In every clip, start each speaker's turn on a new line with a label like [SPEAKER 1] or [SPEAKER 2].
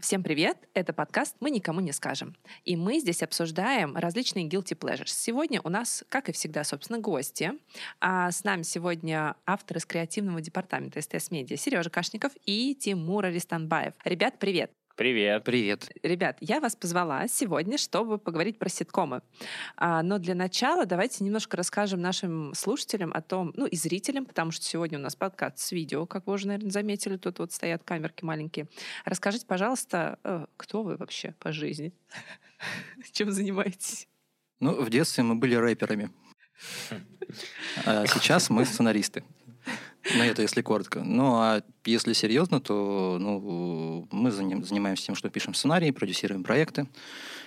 [SPEAKER 1] Всем привет! Это подкаст «Мы никому не скажем». И мы здесь обсуждаем различные guilty pleasures. Сегодня у нас, как и всегда, собственно, гости. А с нами сегодня автор из креативного департамента СТС Медиа Сережа Кашников и Тимур Аристанбаев. Ребят, привет!
[SPEAKER 2] Привет.
[SPEAKER 3] Привет.
[SPEAKER 1] Ребят, я вас позвала сегодня, чтобы поговорить про ситкомы. А, но для начала давайте немножко расскажем нашим слушателям о том, ну и зрителям, потому что сегодня у нас подкаст с видео, как вы уже, наверное, заметили, тут вот стоят камерки маленькие. Расскажите, пожалуйста, э, кто вы вообще по жизни? Чем занимаетесь?
[SPEAKER 3] Ну, в детстве мы были рэперами. А сейчас мы сценаристы. Ну, это если коротко. Ну, а если серьезно, то ну, мы заним- занимаемся тем, что пишем сценарии, продюсируем проекты.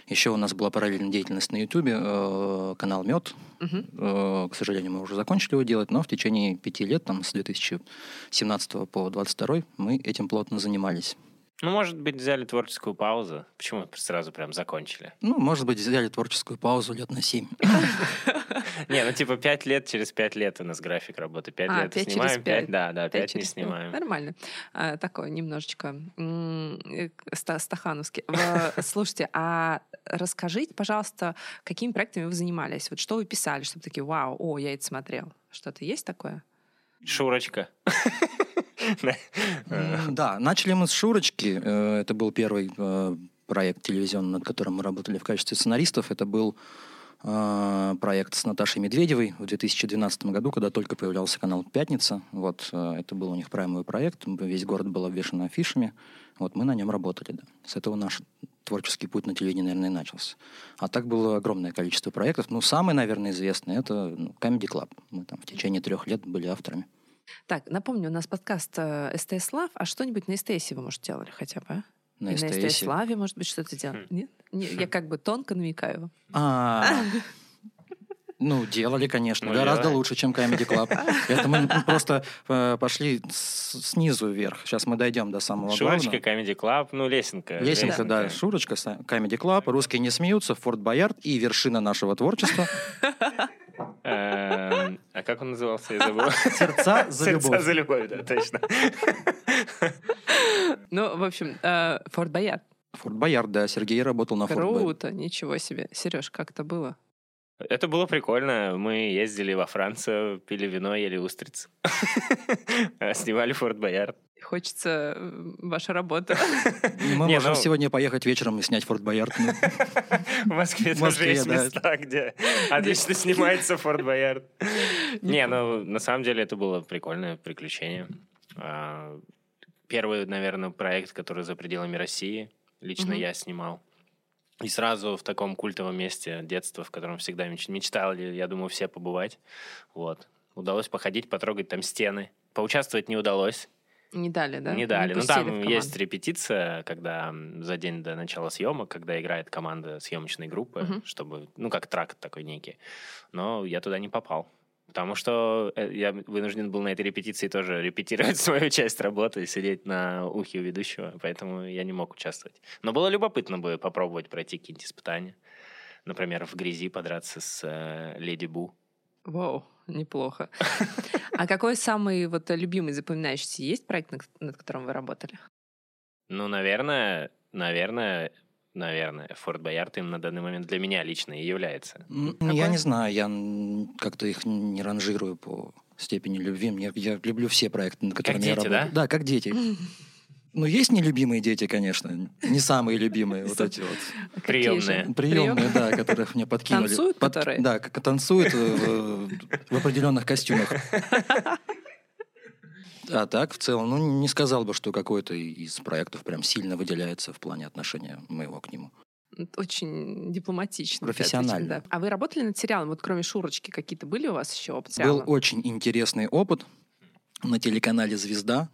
[SPEAKER 3] Еще у нас была параллельная деятельность на Ютубе, э, канал «Мед».
[SPEAKER 1] Мгм.
[SPEAKER 3] Э, к сожалению, мы уже закончили его делать, но в течение пяти лет, там, с 2017 по 2022, мы этим плотно занимались.
[SPEAKER 2] Ну, может быть, взяли творческую паузу. Почему сразу прям закончили?
[SPEAKER 3] Ну, может быть, взяли творческую паузу лет на семь.
[SPEAKER 2] Не, ну типа пять лет, через пять лет у нас график работы. Пять
[SPEAKER 1] А,
[SPEAKER 2] лет
[SPEAKER 1] пять через
[SPEAKER 2] снимаем,
[SPEAKER 1] пять.
[SPEAKER 2] пять, да, да,
[SPEAKER 1] Пять
[SPEAKER 2] пять не
[SPEAKER 1] через пять.
[SPEAKER 2] снимаем.
[SPEAKER 1] Нормально. А, такое немножечко м, э, к- ста- стахановски. В- Слушайте, а расскажите, пожалуйста, какими проектами вы занимались? Вот что вы писали, чтобы такие, вау, о, я это смотрел. Что-то есть такое?
[SPEAKER 2] Шурочка.
[SPEAKER 1] Э,
[SPEAKER 3] М, Да, начали мы с Шурочки. Э, Это был первый э, проект телевизионный, над которым мы работали в качестве сценаристов. Это был э, проект с Наташей Медведевой в 2012 году, когда только появлялся канал «Пятница». Вот, э, это был у них праймовый проект, М, весь город был обвешан афишами. Вот, мы на нем работали, да. С этого наш творческий путь на телевидении, наверное, и начался. А так было огромное количество проектов. Ну, самый, наверное, известный — это ну, Comedy Club. Мы там в течение трех лет были авторами.
[SPEAKER 1] Так, напомню, у нас подкаст э, СТС Лав, а что-нибудь на СТСе вы, может, делали хотя бы? а? И на
[SPEAKER 3] STS.
[SPEAKER 1] СТС Лаве, может быть, что-то делали?
[SPEAKER 2] Хм.
[SPEAKER 1] Нет? Не, Я как бы тонко намекаю вам.
[SPEAKER 3] А, Ну, делали, конечно,
[SPEAKER 2] Ну,
[SPEAKER 3] гораздо
[SPEAKER 2] делали.
[SPEAKER 3] лучше, чем Comedy Club. Это мы просто э, пошли с- снизу вверх. Сейчас мы дойдем до самого
[SPEAKER 2] Шурочка,
[SPEAKER 3] главного.
[SPEAKER 2] Comedy Club, ну, лесенка.
[SPEAKER 3] Лесенка, да, Шурочка, са- Comedy Club, «Русские не смеются», «Форт Боярд» и вершина нашего творчества
[SPEAKER 2] Эм, А как он назывался? Я забыл.
[SPEAKER 3] «Сердца за
[SPEAKER 2] Сердца
[SPEAKER 3] любовь».
[SPEAKER 2] за любовь, да, точно.
[SPEAKER 1] Ну, в общем, э, Форт Боярд.
[SPEAKER 3] «Форт Боярд», да, Сергей работал на «Форт Боярд».
[SPEAKER 1] Круто, ничего себе. Сереж, как это было?
[SPEAKER 2] Это было прикольно. Мы ездили во Францию, пили вино, ели устриц. Снимали Форт Боярд.
[SPEAKER 1] Хочется э, ваша работа.
[SPEAKER 3] Мы
[SPEAKER 2] Не,
[SPEAKER 3] можем
[SPEAKER 2] ну-
[SPEAKER 3] сегодня поехать вечером и снять «Форт Боярд». Ну,
[SPEAKER 2] В Москве
[SPEAKER 3] В
[SPEAKER 2] тоже
[SPEAKER 3] Москве,
[SPEAKER 2] есть
[SPEAKER 3] да.
[SPEAKER 2] места, где отлично снимается Форт Боярд. Не, ну, на самом деле это было прикольное приключение. А, Первый, наверное, проект, который за пределами России лично
[SPEAKER 1] Мгм.
[SPEAKER 2] я снимал. И сразу в таком культовом месте детства, в котором всегда меч- мечтал, я думаю, все побывать. Вот. Удалось походить, потрогать там стены. Поучаствовать не удалось.
[SPEAKER 1] Не дали, да?
[SPEAKER 2] Не дали. Ну,
[SPEAKER 1] пустили в
[SPEAKER 2] там
[SPEAKER 1] команду.
[SPEAKER 2] есть репетиция, когда м, за день до начала съемок, когда играет команда съемочной группы,
[SPEAKER 1] Мгм.
[SPEAKER 2] чтобы, ну, как тракт такой некий. Но я туда не попал. Потому что э, я вынужден был на этой репетиции тоже репетировать свою часть работы и сидеть на ухе у ведущего, поэтому я не мог участвовать. Но было любопытно бы попробовать пройти какие-нибудь испытания. Например, в грязи подраться с э, Леди Бу.
[SPEAKER 1] Вау, неплохо. А какой самый вот э, любимый запоминающийся есть проект, над- над которым вы работали?
[SPEAKER 2] Ну, наверное, наверное, наверное, Форт Боярд им на данный момент для меня лично и является.
[SPEAKER 3] М,
[SPEAKER 1] Какой?
[SPEAKER 3] Я не знаю, я м, как-то их не ранжирую по степени любви. Мне, я люблю все проекты, над которыми я
[SPEAKER 2] дети,
[SPEAKER 3] работаю.
[SPEAKER 2] да?
[SPEAKER 3] как дети. Ну, есть нелюбимые дети, конечно. Не самые любимые вот эти вот.
[SPEAKER 1] Какие же?
[SPEAKER 2] Приёмные.
[SPEAKER 3] Приемные, да, которых мне подкинули.
[SPEAKER 1] Танцуют,
[SPEAKER 3] Под-
[SPEAKER 1] которые?
[SPEAKER 3] Да, как танцуют э, в в определенных костюмах. А так, в целом, ну, не сказал бы, что какой-то из проектов прям сильно выделяется в плане отношения моего к нему.
[SPEAKER 1] Очень дипломатично. ты ответил,
[SPEAKER 3] Профессионально.
[SPEAKER 1] да. А вы работали над сериалом? Вот кроме Шурочки какие-то были у вас еще опыты?
[SPEAKER 3] Был
[SPEAKER 1] сериала?
[SPEAKER 3] очень интересный опыт на телеканале «Звезда».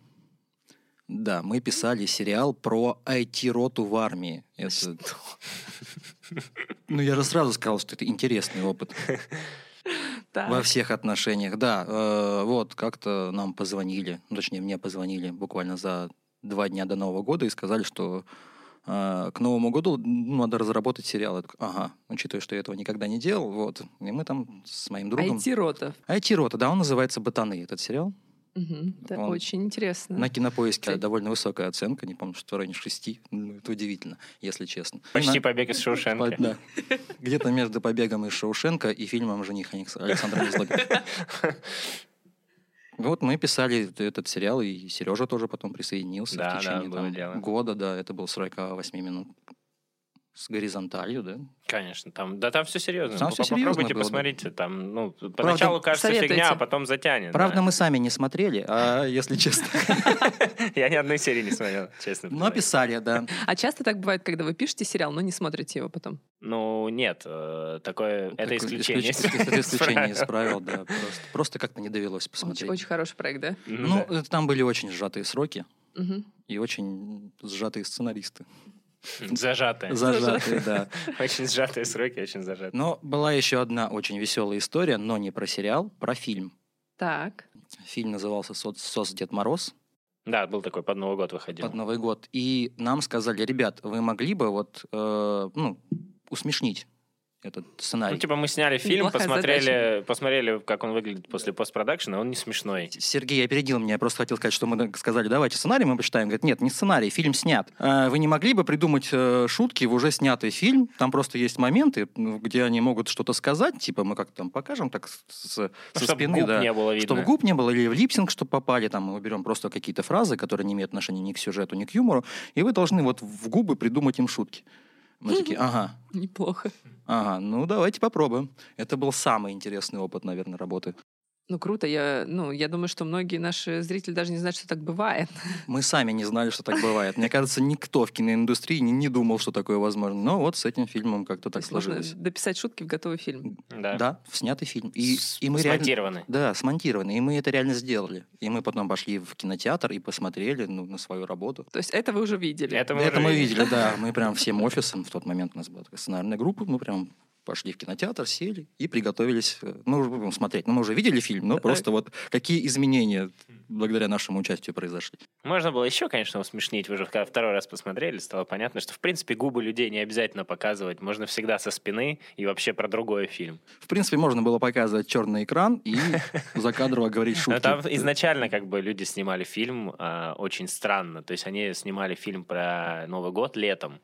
[SPEAKER 3] Да, мы писали сериал про IT-роту в армии. Это- Ну, я же сразу сказал, что это интересный опыт
[SPEAKER 1] Да.
[SPEAKER 3] во всех отношениях. Да, э, вот, как-то нам позвонили, ну, точнее, мне позвонили буквально за два дня до Нового года и сказали, что э, к Новому году ну, надо разработать сериал. Я такой, ага, учитывая, что я этого никогда не делал, вот. И мы там с моим другом...
[SPEAKER 1] IT-рота.
[SPEAKER 3] IT-рота, да, он называется «Ботаны», этот сериал.
[SPEAKER 1] Мгм. Это
[SPEAKER 3] Он-
[SPEAKER 1] очень интересно.
[SPEAKER 3] На кинопоиске
[SPEAKER 1] Ты-
[SPEAKER 3] довольно высокая оценка, не помню, что в районе шести. Ну, это удивительно, если честно.
[SPEAKER 2] Почти
[SPEAKER 3] На-
[SPEAKER 2] побег из Шоушенка.
[SPEAKER 3] Ну, Да. Где-то между побегом из Шоушенка и фильмом «Жених Алекс- Александра Незлобина». Вот мы писали этот сериал, и Сережа тоже потом присоединился
[SPEAKER 2] Да, да,
[SPEAKER 3] в течение
[SPEAKER 2] было
[SPEAKER 3] там
[SPEAKER 2] дело.
[SPEAKER 3] года, да, это был 48 минут с горизонталью, да?
[SPEAKER 2] Конечно, там, да там все серьезно.
[SPEAKER 3] Там
[SPEAKER 2] Поп-
[SPEAKER 3] всё серьезно
[SPEAKER 2] Попробуйте,
[SPEAKER 3] было, да.
[SPEAKER 2] посмотрите. Там, ну, поначалу кажется
[SPEAKER 1] Советуйте.
[SPEAKER 2] фигня, а потом затянет.
[SPEAKER 3] Правда,
[SPEAKER 2] да.
[SPEAKER 3] мы сами не смотрели, а если честно,
[SPEAKER 2] Я ни одной серии не смотрел, честно.
[SPEAKER 3] но
[SPEAKER 2] признаюсь.
[SPEAKER 3] писали, да.
[SPEAKER 1] А часто так бывает, когда вы пишете сериал, но не смотрите его потом.
[SPEAKER 2] Ну, нет, э, такое, это
[SPEAKER 3] Ну, Такое
[SPEAKER 2] исключение.
[SPEAKER 3] исключ- Это исключение из правил, да. Просто, просто как-то не довелось
[SPEAKER 1] Очень,
[SPEAKER 3] посмотреть.
[SPEAKER 1] очень хороший проект, да?
[SPEAKER 3] Ну,
[SPEAKER 2] Ну, да.
[SPEAKER 3] это там были очень сжатые сроки
[SPEAKER 1] Мгм.
[SPEAKER 3] и очень сжатые сценаристы.
[SPEAKER 2] зажатое.
[SPEAKER 3] Зажатые, да.
[SPEAKER 2] Очень сжатые сроки, очень зажатые.
[SPEAKER 3] Но была еще одна очень веселая история, но не про сериал, про фильм.
[SPEAKER 1] Так.
[SPEAKER 3] Фильм назывался «Соц, «Сос Дед Мороз»
[SPEAKER 2] Да, был такой, под Новый год выходил.
[SPEAKER 3] под Новый год. И нам сказали, ребят, вы могли бы вот, э, ну, усмешнить этот сценарий.
[SPEAKER 2] Ну, типа мы сняли
[SPEAKER 1] А
[SPEAKER 2] фильм,
[SPEAKER 1] Неплохая
[SPEAKER 2] посмотрели, посмотрели, как он выглядит после постпродакшена, он не смешной.
[SPEAKER 3] Сергей опередил меня, я просто хотел сказать, что мы сказали, давайте сценарий мы почитаем. Говорит, нет, не сценарий, фильм снят. А Вы не могли бы придумать э, шутки в уже снятый фильм? Там просто есть моменты, ну, где они могут что-то сказать, типа мы как-то там покажем так с- с-
[SPEAKER 2] Ну,
[SPEAKER 3] со
[SPEAKER 2] чтоб
[SPEAKER 3] спины,
[SPEAKER 2] губ
[SPEAKER 3] да.
[SPEAKER 2] не было видно.
[SPEAKER 3] Чтобы губ не было, или в липсинг, чтобы попали, там мы берем просто какие-то фразы, которые не имеют отношения ни к сюжету, ни к юмору, и вы должны вот в губы придумать им шутки. Мы такие, ага,
[SPEAKER 1] Неплохо.
[SPEAKER 3] ага, ну давайте попробуем. Это был самый интересный опыт, наверное, работы.
[SPEAKER 1] Ну, круто. Я, ну, я думаю, что многие наши зрители даже не знают, что так бывает.
[SPEAKER 3] Мы сами не знали, что так бывает. Мне кажется, никто в киноиндустрии не, не думал, что такое возможно. Но вот с этим фильмом
[SPEAKER 1] То
[SPEAKER 3] как-то так
[SPEAKER 1] есть можно
[SPEAKER 3] сложилось.
[SPEAKER 1] дописать шутки в готовый фильм.
[SPEAKER 2] Да.
[SPEAKER 3] Да, в снятый фильм. И,
[SPEAKER 2] С-
[SPEAKER 3] и мы реально...
[SPEAKER 2] смонтированы.
[SPEAKER 3] Да, смонтированы. И мы это реально сделали. И мы потом пошли в кинотеатр и посмотрели ну, на свою работу.
[SPEAKER 1] То есть это вы уже видели.
[SPEAKER 2] Это мы,
[SPEAKER 3] это
[SPEAKER 2] уже
[SPEAKER 3] мы видели, да. Мы прям всем офисом, в тот момент у нас была такая сценарная группа, мы прям пошли в кинотеатр, сели и приготовились. э, Ну, уже будем смотреть. Ну, мы уже видели фильм, но
[SPEAKER 1] Так.
[SPEAKER 3] просто вот какие изменения благодаря нашему участию произошли.
[SPEAKER 2] Можно было еще, конечно, усмешнить. Вы же когда второй раз посмотрели, стало понятно, что, в принципе, губы людей не обязательно показывать. Можно всегда со спины и вообще про другой фильм.
[SPEAKER 3] В принципе, можно было показывать черный экран и закадрово говорить
[SPEAKER 2] Но
[SPEAKER 3] шутки.
[SPEAKER 2] там изначально как бы люди снимали фильм а, очень странно. То есть они снимали фильм про Новый год летом.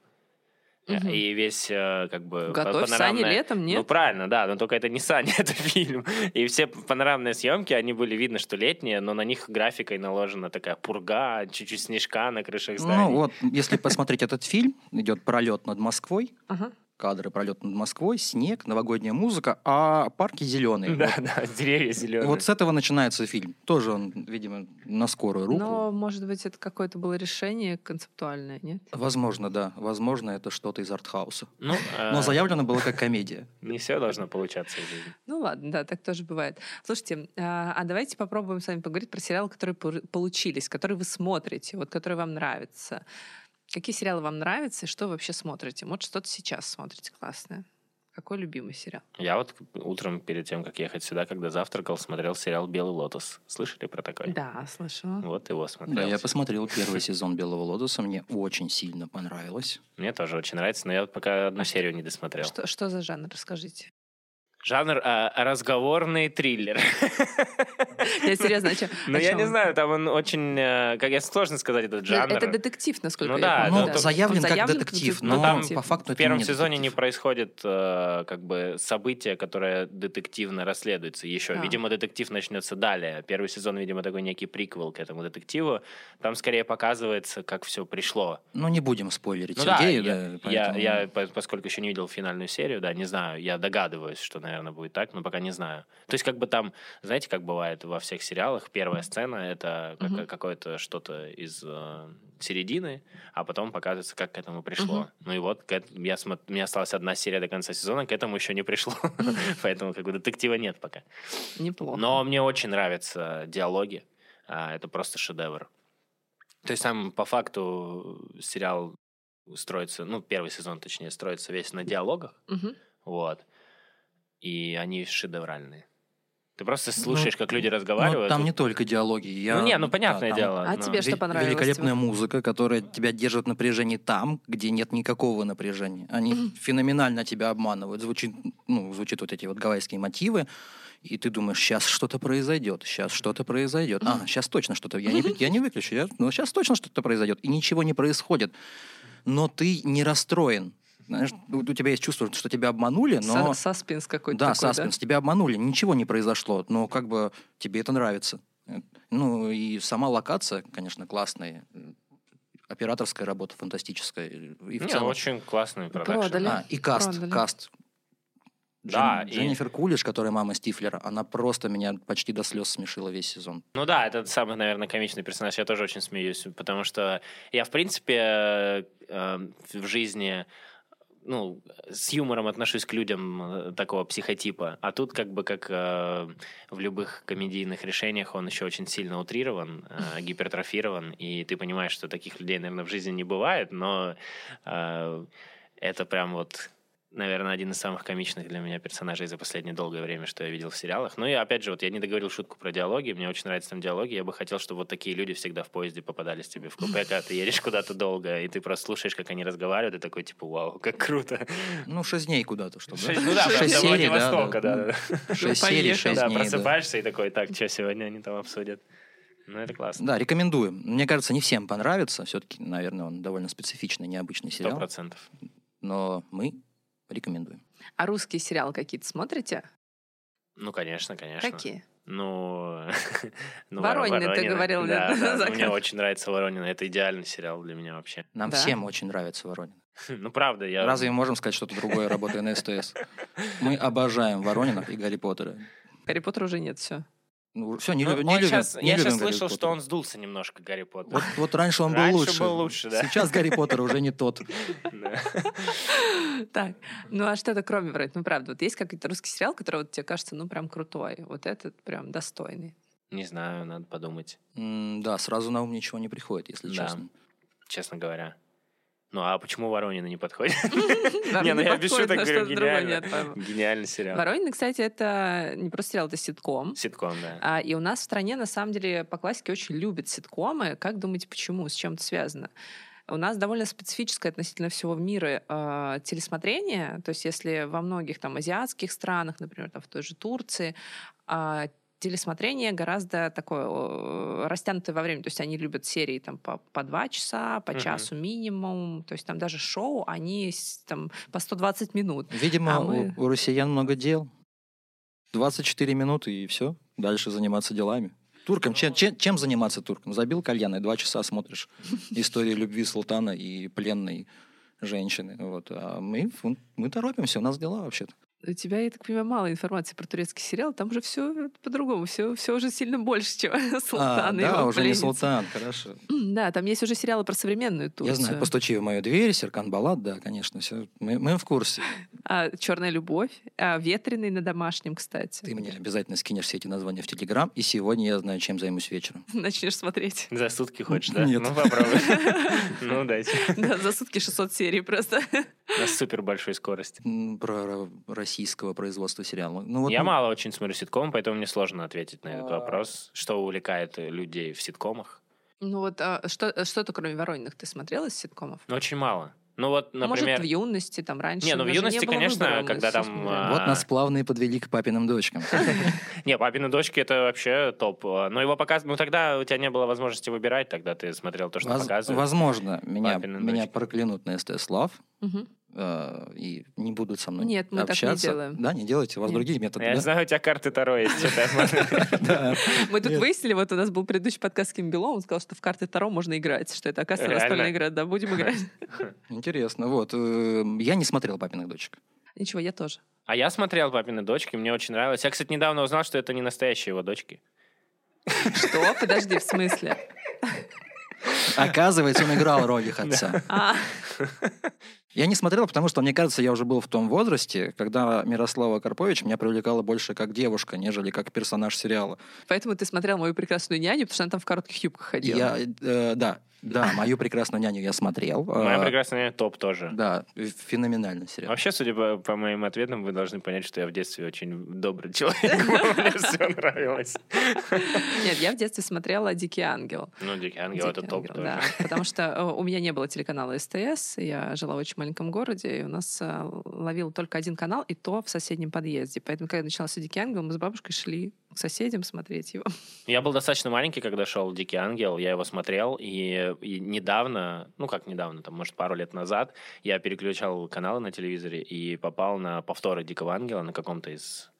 [SPEAKER 1] Мгм.
[SPEAKER 2] И весь э, как бы
[SPEAKER 1] Готовь сани
[SPEAKER 2] панорамная-
[SPEAKER 1] летом,
[SPEAKER 2] Ну,
[SPEAKER 1] нет?
[SPEAKER 2] правильно, да, но только это не Саня, это фильм. И все панорамные съемки, они были видно, что летние, но на них графикой наложена такая пурга, чуть-чуть снежка на крышах зданий.
[SPEAKER 3] Ну вот, если посмотреть этот фильм, идет пролет над Москвой,
[SPEAKER 1] Ага.
[SPEAKER 3] кадры пролет над Москвой, снег, новогодняя музыка, а парки зеленые.
[SPEAKER 2] Да, да, деревья
[SPEAKER 3] Вот,
[SPEAKER 2] зеленые.
[SPEAKER 3] вот с этого начинается фильм. Тоже он, видимо, на скорую руку.
[SPEAKER 1] Но, может быть, это какое-то было решение концептуальное, нет?
[SPEAKER 3] Возможно, да. Возможно, это что-то из артхауса.
[SPEAKER 2] Ну,
[SPEAKER 3] Но заявлено было как комедия.
[SPEAKER 2] Не все должно получаться в жизни.
[SPEAKER 1] Ну ладно, да, так тоже бывает. Слушайте, а а давайте попробуем с вами поговорить про сериалы, которые пор- получились, которые вы смотрите, вот которые вам нравятся. Какие сериалы вам нравятся и что вы вообще смотрите? Может, что-то сейчас смотрите классное? Какой любимый сериал?
[SPEAKER 2] Я вот утром, перед тем, как ехать сюда, когда завтракал, смотрел сериал «Белый лотос». Слышали про такой?
[SPEAKER 1] Да, слышала.
[SPEAKER 2] Вот его смотрел.
[SPEAKER 3] Да, я посмотрел первый сезон «Белого лотоса», мне очень сильно понравилось.
[SPEAKER 2] Мне тоже очень нравится, но я пока
[SPEAKER 3] А
[SPEAKER 2] одну серию не досмотрел.
[SPEAKER 1] Что, что за жанр, расскажите.
[SPEAKER 2] Жанр а, разговорный триллер.
[SPEAKER 1] Я серьезно, о чём-
[SPEAKER 2] Ну,
[SPEAKER 1] о
[SPEAKER 2] я
[SPEAKER 1] чём
[SPEAKER 2] не
[SPEAKER 1] он?
[SPEAKER 2] знаю, там он очень... э, Как я сложно сказать этот жанр.
[SPEAKER 1] Это детектив, насколько
[SPEAKER 2] Ну
[SPEAKER 1] я
[SPEAKER 2] да,
[SPEAKER 1] понимаю.
[SPEAKER 2] да,
[SPEAKER 3] Ну,
[SPEAKER 2] да.
[SPEAKER 3] заявлен
[SPEAKER 1] Он
[SPEAKER 3] как
[SPEAKER 1] заявлен
[SPEAKER 3] детектив,
[SPEAKER 2] Ну,
[SPEAKER 3] но
[SPEAKER 2] там
[SPEAKER 3] по факту
[SPEAKER 2] В
[SPEAKER 3] это не
[SPEAKER 2] первом сезоне не
[SPEAKER 3] детектив.
[SPEAKER 2] происходит э, как бы событие, которое детективно расследуется еще.
[SPEAKER 1] Да.
[SPEAKER 2] Видимо, детектив начнется далее. Первый сезон, видимо, такой некий приквел к этому детективу. Там скорее показывается, как все пришло.
[SPEAKER 3] Ну, не будем спойлерить
[SPEAKER 2] Ну да,
[SPEAKER 3] Сергею,
[SPEAKER 2] я-
[SPEAKER 3] да,
[SPEAKER 2] я,
[SPEAKER 3] поэтому-
[SPEAKER 2] я, по- поскольку еще не видел финальную серию, да, не знаю, я догадываюсь, что, наверное, будет так, но пока не знаю. То есть, как бы там, знаете, как бывает во всех сериалах, первая сцена — это как-
[SPEAKER 1] Мгм.
[SPEAKER 2] какое-то что-то из э, середины, а потом показывается, как к этому пришло.
[SPEAKER 1] Мгм.
[SPEAKER 2] Ну и вот, к эт- я смо- у меня осталась одна серия до конца сезона, к этому еще не пришло, поэтому как бы детектива нет пока.
[SPEAKER 1] Неплохо.
[SPEAKER 2] Но мне очень нравятся диалоги. А, Это просто шедевр. То есть там по факту сериал строится, ну, первый сезон, точнее, строится весь на диалогах.
[SPEAKER 1] Мгм.
[SPEAKER 2] Вот. И они шедевральные. Ты просто слушаешь, как люди разговаривают.
[SPEAKER 3] Ну, там не только диалоги. Я,
[SPEAKER 2] Ну, не, ну,
[SPEAKER 3] да,
[SPEAKER 2] понятное
[SPEAKER 3] там
[SPEAKER 2] дело.
[SPEAKER 1] А
[SPEAKER 2] но-
[SPEAKER 1] тебе что
[SPEAKER 3] ве-
[SPEAKER 1] понравилось?
[SPEAKER 3] Великолепная музыка, которая тебя держит в напряжении там, где нет никакого напряжения. Они феноменально тебя обманывают. Звучит, ну, звучат вот эти вот гавайские мотивы. И ты думаешь, сейчас что-то произойдет, сейчас что-то произойдет. А, сейчас точно что-то. Я не, я не выключу, я, но сейчас точно что-то произойдет. И ничего не происходит. Но ты не расстроен. Знаешь, у у тебя есть чувство, что тебя обманули, но...
[SPEAKER 1] Са- Саспенс какой-то
[SPEAKER 3] Да,
[SPEAKER 1] такой,
[SPEAKER 3] саспенс. Тебя обманули, ничего не произошло, но как бы тебе это нравится. Э, Ну и сама локация, конечно, классная. Э, Операторская работа фантастическая. И в
[SPEAKER 2] Не,
[SPEAKER 3] целом-
[SPEAKER 2] очень классный продакшн.
[SPEAKER 1] Продали.
[SPEAKER 3] А, и каст,
[SPEAKER 1] Продали.
[SPEAKER 3] каст.
[SPEAKER 2] Да,
[SPEAKER 3] Джен-
[SPEAKER 2] и-
[SPEAKER 3] Дженнифер Кулиш, которая мама Стифлера, она просто меня почти до слез смешила весь сезон.
[SPEAKER 2] Ну да, это самый, наверное, комичный персонаж. Я тоже очень смеюсь, потому что я, в принципе, э, э, в жизни ну, с юмором отношусь к людям э, такого психотипа. А тут, как бы, как э, в любых комедийных решениях, он еще очень сильно утрирован, э, гипертрофирован, и ты понимаешь, что таких людей, наверное, в жизни не бывает, но э, это прям вот, наверное, один из самых комичных для меня персонажей за последнее долгое время, что я видел в сериалах. Ну и опять же, вот я не договорил шутку про диалоги, мне очень нравятся там диалоги, я бы хотел, чтобы вот такие люди всегда в поезде попадались тебе в купе, когда ты едешь куда-то долго, и ты просто слушаешь, как они разговаривают, и такой, типа, вау, как круто.
[SPEAKER 3] Ну, шесть дней куда-то, чтобы...
[SPEAKER 2] Шесть- ну да, прям
[SPEAKER 3] Шесть
[SPEAKER 2] до
[SPEAKER 3] серий, да,
[SPEAKER 2] Владивостока, да,
[SPEAKER 3] да.
[SPEAKER 2] да.
[SPEAKER 3] Шесть
[SPEAKER 1] Ну,
[SPEAKER 3] серий,
[SPEAKER 1] поехали.
[SPEAKER 3] шесть
[SPEAKER 2] Да,
[SPEAKER 3] дней. да.
[SPEAKER 2] просыпаешься и такой, так, что сегодня они там обсудят? Ну, это классно.
[SPEAKER 3] Да, рекомендую. Мне кажется, не всем понравится. Все-таки, наверное, он довольно специфичный, необычный
[SPEAKER 2] Сто
[SPEAKER 3] сериал.
[SPEAKER 2] процентов.
[SPEAKER 3] Но мы рекомендуем.
[SPEAKER 1] А русские сериалы какие-то смотрите?
[SPEAKER 2] Ну, конечно, конечно.
[SPEAKER 1] Какие?
[SPEAKER 2] Ну, ну,
[SPEAKER 1] Воронины ты говорил,
[SPEAKER 2] да,
[SPEAKER 1] нет,
[SPEAKER 2] да,
[SPEAKER 1] за
[SPEAKER 2] ну, мне
[SPEAKER 1] кадр.
[SPEAKER 2] очень нравится Воронина. Это идеальный сериал для меня вообще.
[SPEAKER 3] Нам
[SPEAKER 1] Да.
[SPEAKER 3] всем очень нравится Воронин.
[SPEAKER 2] Ну, правда, я...
[SPEAKER 3] Разве мы можем сказать что-то другое, работая на СТС? Мы обожаем Воронина и Гарри Поттера.
[SPEAKER 1] Гарри Поттер уже нет, все.
[SPEAKER 3] Ну, все, не,
[SPEAKER 2] Ну,
[SPEAKER 3] любим,
[SPEAKER 2] он
[SPEAKER 3] не любим-
[SPEAKER 2] щас-
[SPEAKER 3] не
[SPEAKER 2] я
[SPEAKER 3] любим
[SPEAKER 2] сейчас
[SPEAKER 3] Гарри
[SPEAKER 2] слышал, что
[SPEAKER 3] Поттера.
[SPEAKER 2] он сдулся немножко, Гарри Поттер.
[SPEAKER 3] Вот, вот раньше он был
[SPEAKER 2] Раньше
[SPEAKER 3] лучше.
[SPEAKER 2] был лучше, да.
[SPEAKER 3] Сейчас Гарри Поттер уже не тот.
[SPEAKER 2] Да.
[SPEAKER 1] Так, ну а что-то кроме вроде, ну правда, вот есть какой-то русский сериал, который вот тебе кажется, ну прям крутой, вот этот прям достойный.
[SPEAKER 2] Не знаю, надо подумать,
[SPEAKER 3] М, Да, сразу на ум ничего не приходит, если
[SPEAKER 2] Да.
[SPEAKER 3] честно.
[SPEAKER 2] честно говоря. Ну, а почему Воронина не подходит?
[SPEAKER 1] Вам
[SPEAKER 2] Не, ну я
[SPEAKER 1] подходит
[SPEAKER 2] пишу,
[SPEAKER 1] на
[SPEAKER 2] так говорю,
[SPEAKER 1] что-то другое,
[SPEAKER 2] гениально.
[SPEAKER 1] нет, по-моему.
[SPEAKER 2] Гениальный сериал.
[SPEAKER 1] Воронины, кстати, это не просто сериал, это ситком.
[SPEAKER 2] Ситком, да.
[SPEAKER 1] А, и у нас в стране, на самом деле, по классике очень любят ситкомы. Как думаете, почему? С чем это связано? У нас довольно специфическое относительно всего мира э, телесмотрение. То есть если во многих там азиатских странах, например, там, в той же Турции, а, телесмотрение гораздо такое э, растянутое во время. То есть они любят серии там по, по два часа, по
[SPEAKER 2] Мгм.
[SPEAKER 1] часу минимум. То есть там даже шоу, они с- там по 120 минут.
[SPEAKER 3] Видимо,
[SPEAKER 1] А
[SPEAKER 3] у-
[SPEAKER 1] мы-
[SPEAKER 3] у, россиян много дел. 24 минуты и все. Дальше заниматься делами. Турком.
[SPEAKER 1] Ну,
[SPEAKER 3] Чем, чем, чем заниматься турком? Забил кальян и два часа смотришь истории любви султана и пленной женщины. Вот. А мы, фу, мы торопимся, у нас дела вообще-то.
[SPEAKER 1] У тебя, я так понимаю, мало информации про турецкий сериал. Там же все по-другому, все, все уже сильно больше, чем
[SPEAKER 3] А,
[SPEAKER 1] Султан и
[SPEAKER 3] да,
[SPEAKER 1] его
[SPEAKER 3] уже не
[SPEAKER 1] пленница.
[SPEAKER 3] султан, хорошо.
[SPEAKER 1] М, Да, там есть уже сериалы про современную Турцию.
[SPEAKER 3] Я знаю, постучи в мою дверь, Серкан Балат, да, конечно, все. Мы, мы в курсе.
[SPEAKER 1] Черная любовь, а, ветреный на домашнем, кстати.
[SPEAKER 3] Ты мне обязательно скинешь все эти названия в Телеграм, и сегодня я знаю, чем займусь вечером.
[SPEAKER 1] начнешь смотреть.
[SPEAKER 2] За сутки хочешь, да?
[SPEAKER 3] Нет.
[SPEAKER 2] Ну, попробуй. Ну, дайте.
[SPEAKER 1] Да, за сутки 600 серий просто.
[SPEAKER 2] На супер большой скорости.
[SPEAKER 3] М, Про российского производства сериала. Ну, вот
[SPEAKER 2] Я
[SPEAKER 3] мы-
[SPEAKER 2] мало очень смотрю ситком, поэтому мне сложно ответить на этот
[SPEAKER 3] А.
[SPEAKER 2] вопрос. Что увлекает э, людей в ситкомах?
[SPEAKER 1] Ну вот а, что- что-то, кроме Ворониных, ты смотрела из ситкомов? А
[SPEAKER 2] Ну, Очень мало. Ну вот,
[SPEAKER 1] Может,
[SPEAKER 2] например...
[SPEAKER 1] в юности, там раньше.
[SPEAKER 2] Не, ну, в
[SPEAKER 1] у нас же
[SPEAKER 2] юности,
[SPEAKER 1] было
[SPEAKER 2] конечно,
[SPEAKER 1] выбора, мы
[SPEAKER 2] когда
[SPEAKER 1] всё
[SPEAKER 2] там,
[SPEAKER 1] смотрели.
[SPEAKER 2] а,
[SPEAKER 3] Вот нас плавно и подвели к папиным дочкам.
[SPEAKER 2] Не, папины дочки это вообще топ. Э, Но его показ... Ну тогда у тебя не было возможности выбирать, тогда ты смотрел то, что
[SPEAKER 3] Воз-
[SPEAKER 2] показывают.
[SPEAKER 3] Возможно, меня,
[SPEAKER 2] «Папины
[SPEAKER 3] меня
[SPEAKER 2] дочки».
[SPEAKER 3] проклянут на СТС Лав
[SPEAKER 1] Мгм.
[SPEAKER 3] э, и не будут со мной
[SPEAKER 1] Нет, мы так не
[SPEAKER 3] общаться.
[SPEAKER 1] делаем.
[SPEAKER 3] Да, не делайте, у вас
[SPEAKER 1] Нет.
[SPEAKER 3] другие методы.
[SPEAKER 2] Я
[SPEAKER 3] да?
[SPEAKER 2] знаю, у тебя карты Таро есть. чё ты обманываешь?
[SPEAKER 3] Да.
[SPEAKER 1] Мы тут
[SPEAKER 3] Нет.
[SPEAKER 1] выяснили, вот у нас был предыдущий подкаст с Ким Белом, он сказал, что в карты Таро можно играть, что это, оказывается,
[SPEAKER 2] Реально?
[SPEAKER 1] настольная игра, да, будем играть.
[SPEAKER 3] Интересно, вот. э, Я не смотрел «Папиных дочек».
[SPEAKER 1] Ничего, я тоже.
[SPEAKER 2] А я смотрел папины дочки, мне очень нравилось. Я, кстати, недавно узнал, что это не настоящие его дочки.
[SPEAKER 1] Что? Подожди, в смысле?
[SPEAKER 3] Оказывается, он играл роль их отца.
[SPEAKER 1] А,
[SPEAKER 3] Я не смотрел, потому что, мне кажется, я уже был в том возрасте, когда Мирослава Карпович меня привлекала больше как девушка, нежели как персонаж сериала.
[SPEAKER 1] поэтому ты смотрел мою прекрасную няню, потому что она там в коротких юбках ходила.
[SPEAKER 3] Я, э, да, Да, «Мою прекрасную няню» я смотрел.
[SPEAKER 2] Моя
[SPEAKER 3] Э,
[SPEAKER 2] прекрасная няня топ тоже.
[SPEAKER 3] Да, феноменальный сериал.
[SPEAKER 2] Вообще, судя по, по моим ответам, вы должны понять, что я в детстве очень добрый человек. Мне все нравилось.
[SPEAKER 1] Нет, я в детстве смотрела «Дикий ангел».
[SPEAKER 2] Ну, Дикий ангел это
[SPEAKER 1] «Дикий
[SPEAKER 2] топ
[SPEAKER 1] ангел»,
[SPEAKER 2] тоже.
[SPEAKER 1] да, потому что э, у меня не было телеканала СТС, я жила в очень маленьком городе, и у нас э, ловил только один канал, и то в соседнем подъезде. Поэтому, когда начался «Дикий ангел», мы с бабушкой шли к соседям смотреть его.
[SPEAKER 2] Я был достаточно маленький, когда шел «Дикий ангел», я его смотрел, и, и недавно, ну как недавно, там, может, пару лет назад, я переключал каналы на телевизоре и попал на повторы «Дикого ангела» на каком-то из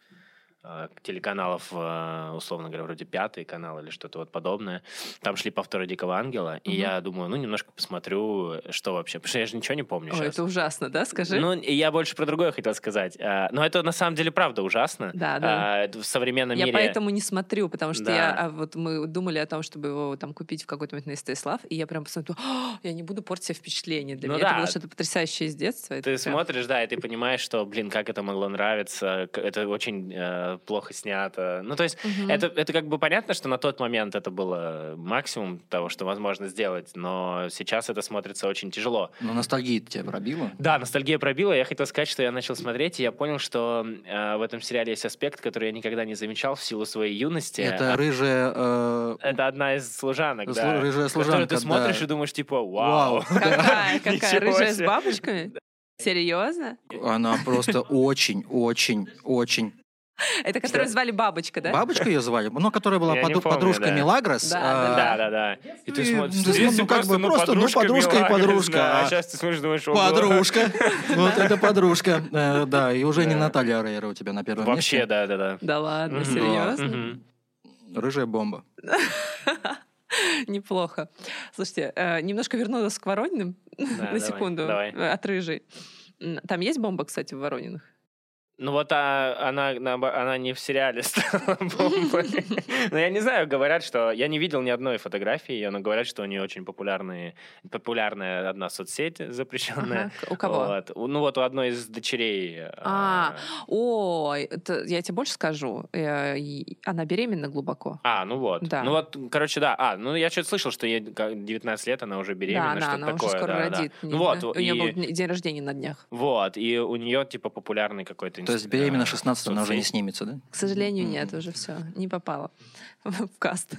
[SPEAKER 2] э, телеканалов, э, условно говоря, вроде пятый канал или что-то вот подобное. Там шли повторы «Дикого ангела», и
[SPEAKER 1] Мгм.
[SPEAKER 2] я думаю, ну, немножко посмотрю, что вообще, потому что я же ничего не помню
[SPEAKER 1] Ой,
[SPEAKER 2] сейчас.
[SPEAKER 1] это ужасно, да, скажи?
[SPEAKER 2] Ну, и я больше про другое хотел сказать. А, Но это на самом деле правда ужасно.
[SPEAKER 1] Да, да.
[SPEAKER 2] А, это В современном
[SPEAKER 1] Я
[SPEAKER 2] мире...
[SPEAKER 1] поэтому не смотрю, потому что
[SPEAKER 2] Да.
[SPEAKER 1] я а, вот мы думали о том, чтобы его там купить в какой-то момент на СТС Лав, и я прям посмотрю, «А, я не буду портить себе впечатление. Для
[SPEAKER 2] Ну
[SPEAKER 1] меня это
[SPEAKER 2] да.
[SPEAKER 1] было что-то потрясающее из детства. Это
[SPEAKER 2] Ты
[SPEAKER 1] прям-
[SPEAKER 2] смотришь, да, и ты понимаешь, что, блин, как это могло нравиться, к- это очень э, плохо снято. Ну, то есть,
[SPEAKER 1] Мгм.
[SPEAKER 2] это, это как бы понятно, что на тот момент это было максимум того, что возможно сделать, но сейчас это смотрится очень тяжело.
[SPEAKER 3] Но Ну, ностальгия тебя пробила.
[SPEAKER 2] Да, ностальгия пробила. Я хотел сказать, что я начал смотреть, и я понял, что э, в этом сериале есть аспект, который я никогда не замечал в силу своей юности.
[SPEAKER 3] Это рыжая... э,
[SPEAKER 2] Это одна из служанок, да.
[SPEAKER 3] Слу- рыжая
[SPEAKER 2] Которую
[SPEAKER 3] служанка,
[SPEAKER 2] ты смотришь
[SPEAKER 3] да.
[SPEAKER 2] и думаешь, типа, вау.
[SPEAKER 1] Какая, какая,
[SPEAKER 2] Ничего
[SPEAKER 1] рыжая с
[SPEAKER 2] себе.
[SPEAKER 1] бабочками? Серьезно?
[SPEAKER 3] Она просто очень, очень, очень...
[SPEAKER 1] Это которую звали бабочка, да?
[SPEAKER 3] Бабочку ее звали? Ну, которая была
[SPEAKER 2] Я не
[SPEAKER 3] поду-
[SPEAKER 2] помню,
[SPEAKER 3] подружкой
[SPEAKER 2] да.
[SPEAKER 3] Мелагрос.
[SPEAKER 1] Да,
[SPEAKER 3] а,
[SPEAKER 2] Да, да, да. И ты
[SPEAKER 3] Ты-
[SPEAKER 2] смотришь,
[SPEAKER 3] ты
[SPEAKER 2] если
[SPEAKER 3] смотришь, ну, как бы просто, ну, подружка и
[SPEAKER 2] милая,
[SPEAKER 3] подружка,
[SPEAKER 2] да,
[SPEAKER 3] а.
[SPEAKER 2] А сейчас ты смотришь, думаешь, ого.
[SPEAKER 3] Подружка. Вот это подружка. Э, Да, и уже не
[SPEAKER 2] Да.
[SPEAKER 3] Наталья Орейро у тебя на первом
[SPEAKER 2] Вообще,
[SPEAKER 3] месте.
[SPEAKER 2] да, да, да.
[SPEAKER 1] Да ладно,
[SPEAKER 2] Мгм.
[SPEAKER 1] серьезно?
[SPEAKER 2] Мгм.
[SPEAKER 3] Рыжая бомба.
[SPEAKER 1] Неплохо. Слушайте, э, немножко верну нас к Ворониным
[SPEAKER 2] Да,
[SPEAKER 1] на
[SPEAKER 2] давай,
[SPEAKER 1] секунду
[SPEAKER 2] давай.
[SPEAKER 1] э, от рыжей. М, Там есть бомба, кстати, в Воронинах?
[SPEAKER 2] Ну вот а, она, наоб- она не в сериале стала бомбой. Но я не знаю, говорят, что... Я не видел ни одной фотографии, но говорят, что у нее очень популярные, популярная одна соцсеть запрещенная.
[SPEAKER 1] Ага. У кого?
[SPEAKER 2] Вот. У- Ну вот у одной из дочерей.
[SPEAKER 1] А.
[SPEAKER 2] э,
[SPEAKER 1] Ой, это- я тебе больше скажу. э, и- Она беременна глубоко.
[SPEAKER 2] А, ну вот.
[SPEAKER 1] Да.
[SPEAKER 2] Ну вот, короче, да. А, ну я что-то слышал, что ей ка- 19 лет, она уже
[SPEAKER 1] да,
[SPEAKER 2] беременна,
[SPEAKER 1] она,
[SPEAKER 2] что-то
[SPEAKER 1] она
[SPEAKER 2] такое.
[SPEAKER 1] уже скоро
[SPEAKER 2] да, да.
[SPEAKER 1] родит.
[SPEAKER 2] Ну
[SPEAKER 1] не-
[SPEAKER 2] вот,
[SPEAKER 1] У
[SPEAKER 2] и-
[SPEAKER 1] нее был день рождения на днях.
[SPEAKER 2] Вот, и у нее, типа, популярный какой-то...
[SPEAKER 3] То есть
[SPEAKER 2] инст-
[SPEAKER 3] беременна
[SPEAKER 2] э,
[SPEAKER 3] 16 она уже не
[SPEAKER 2] соцсеть.
[SPEAKER 3] снимется, да? М-м-м.
[SPEAKER 1] К сожалению,
[SPEAKER 3] Мгм.
[SPEAKER 1] нет, уже все, не попала в каст.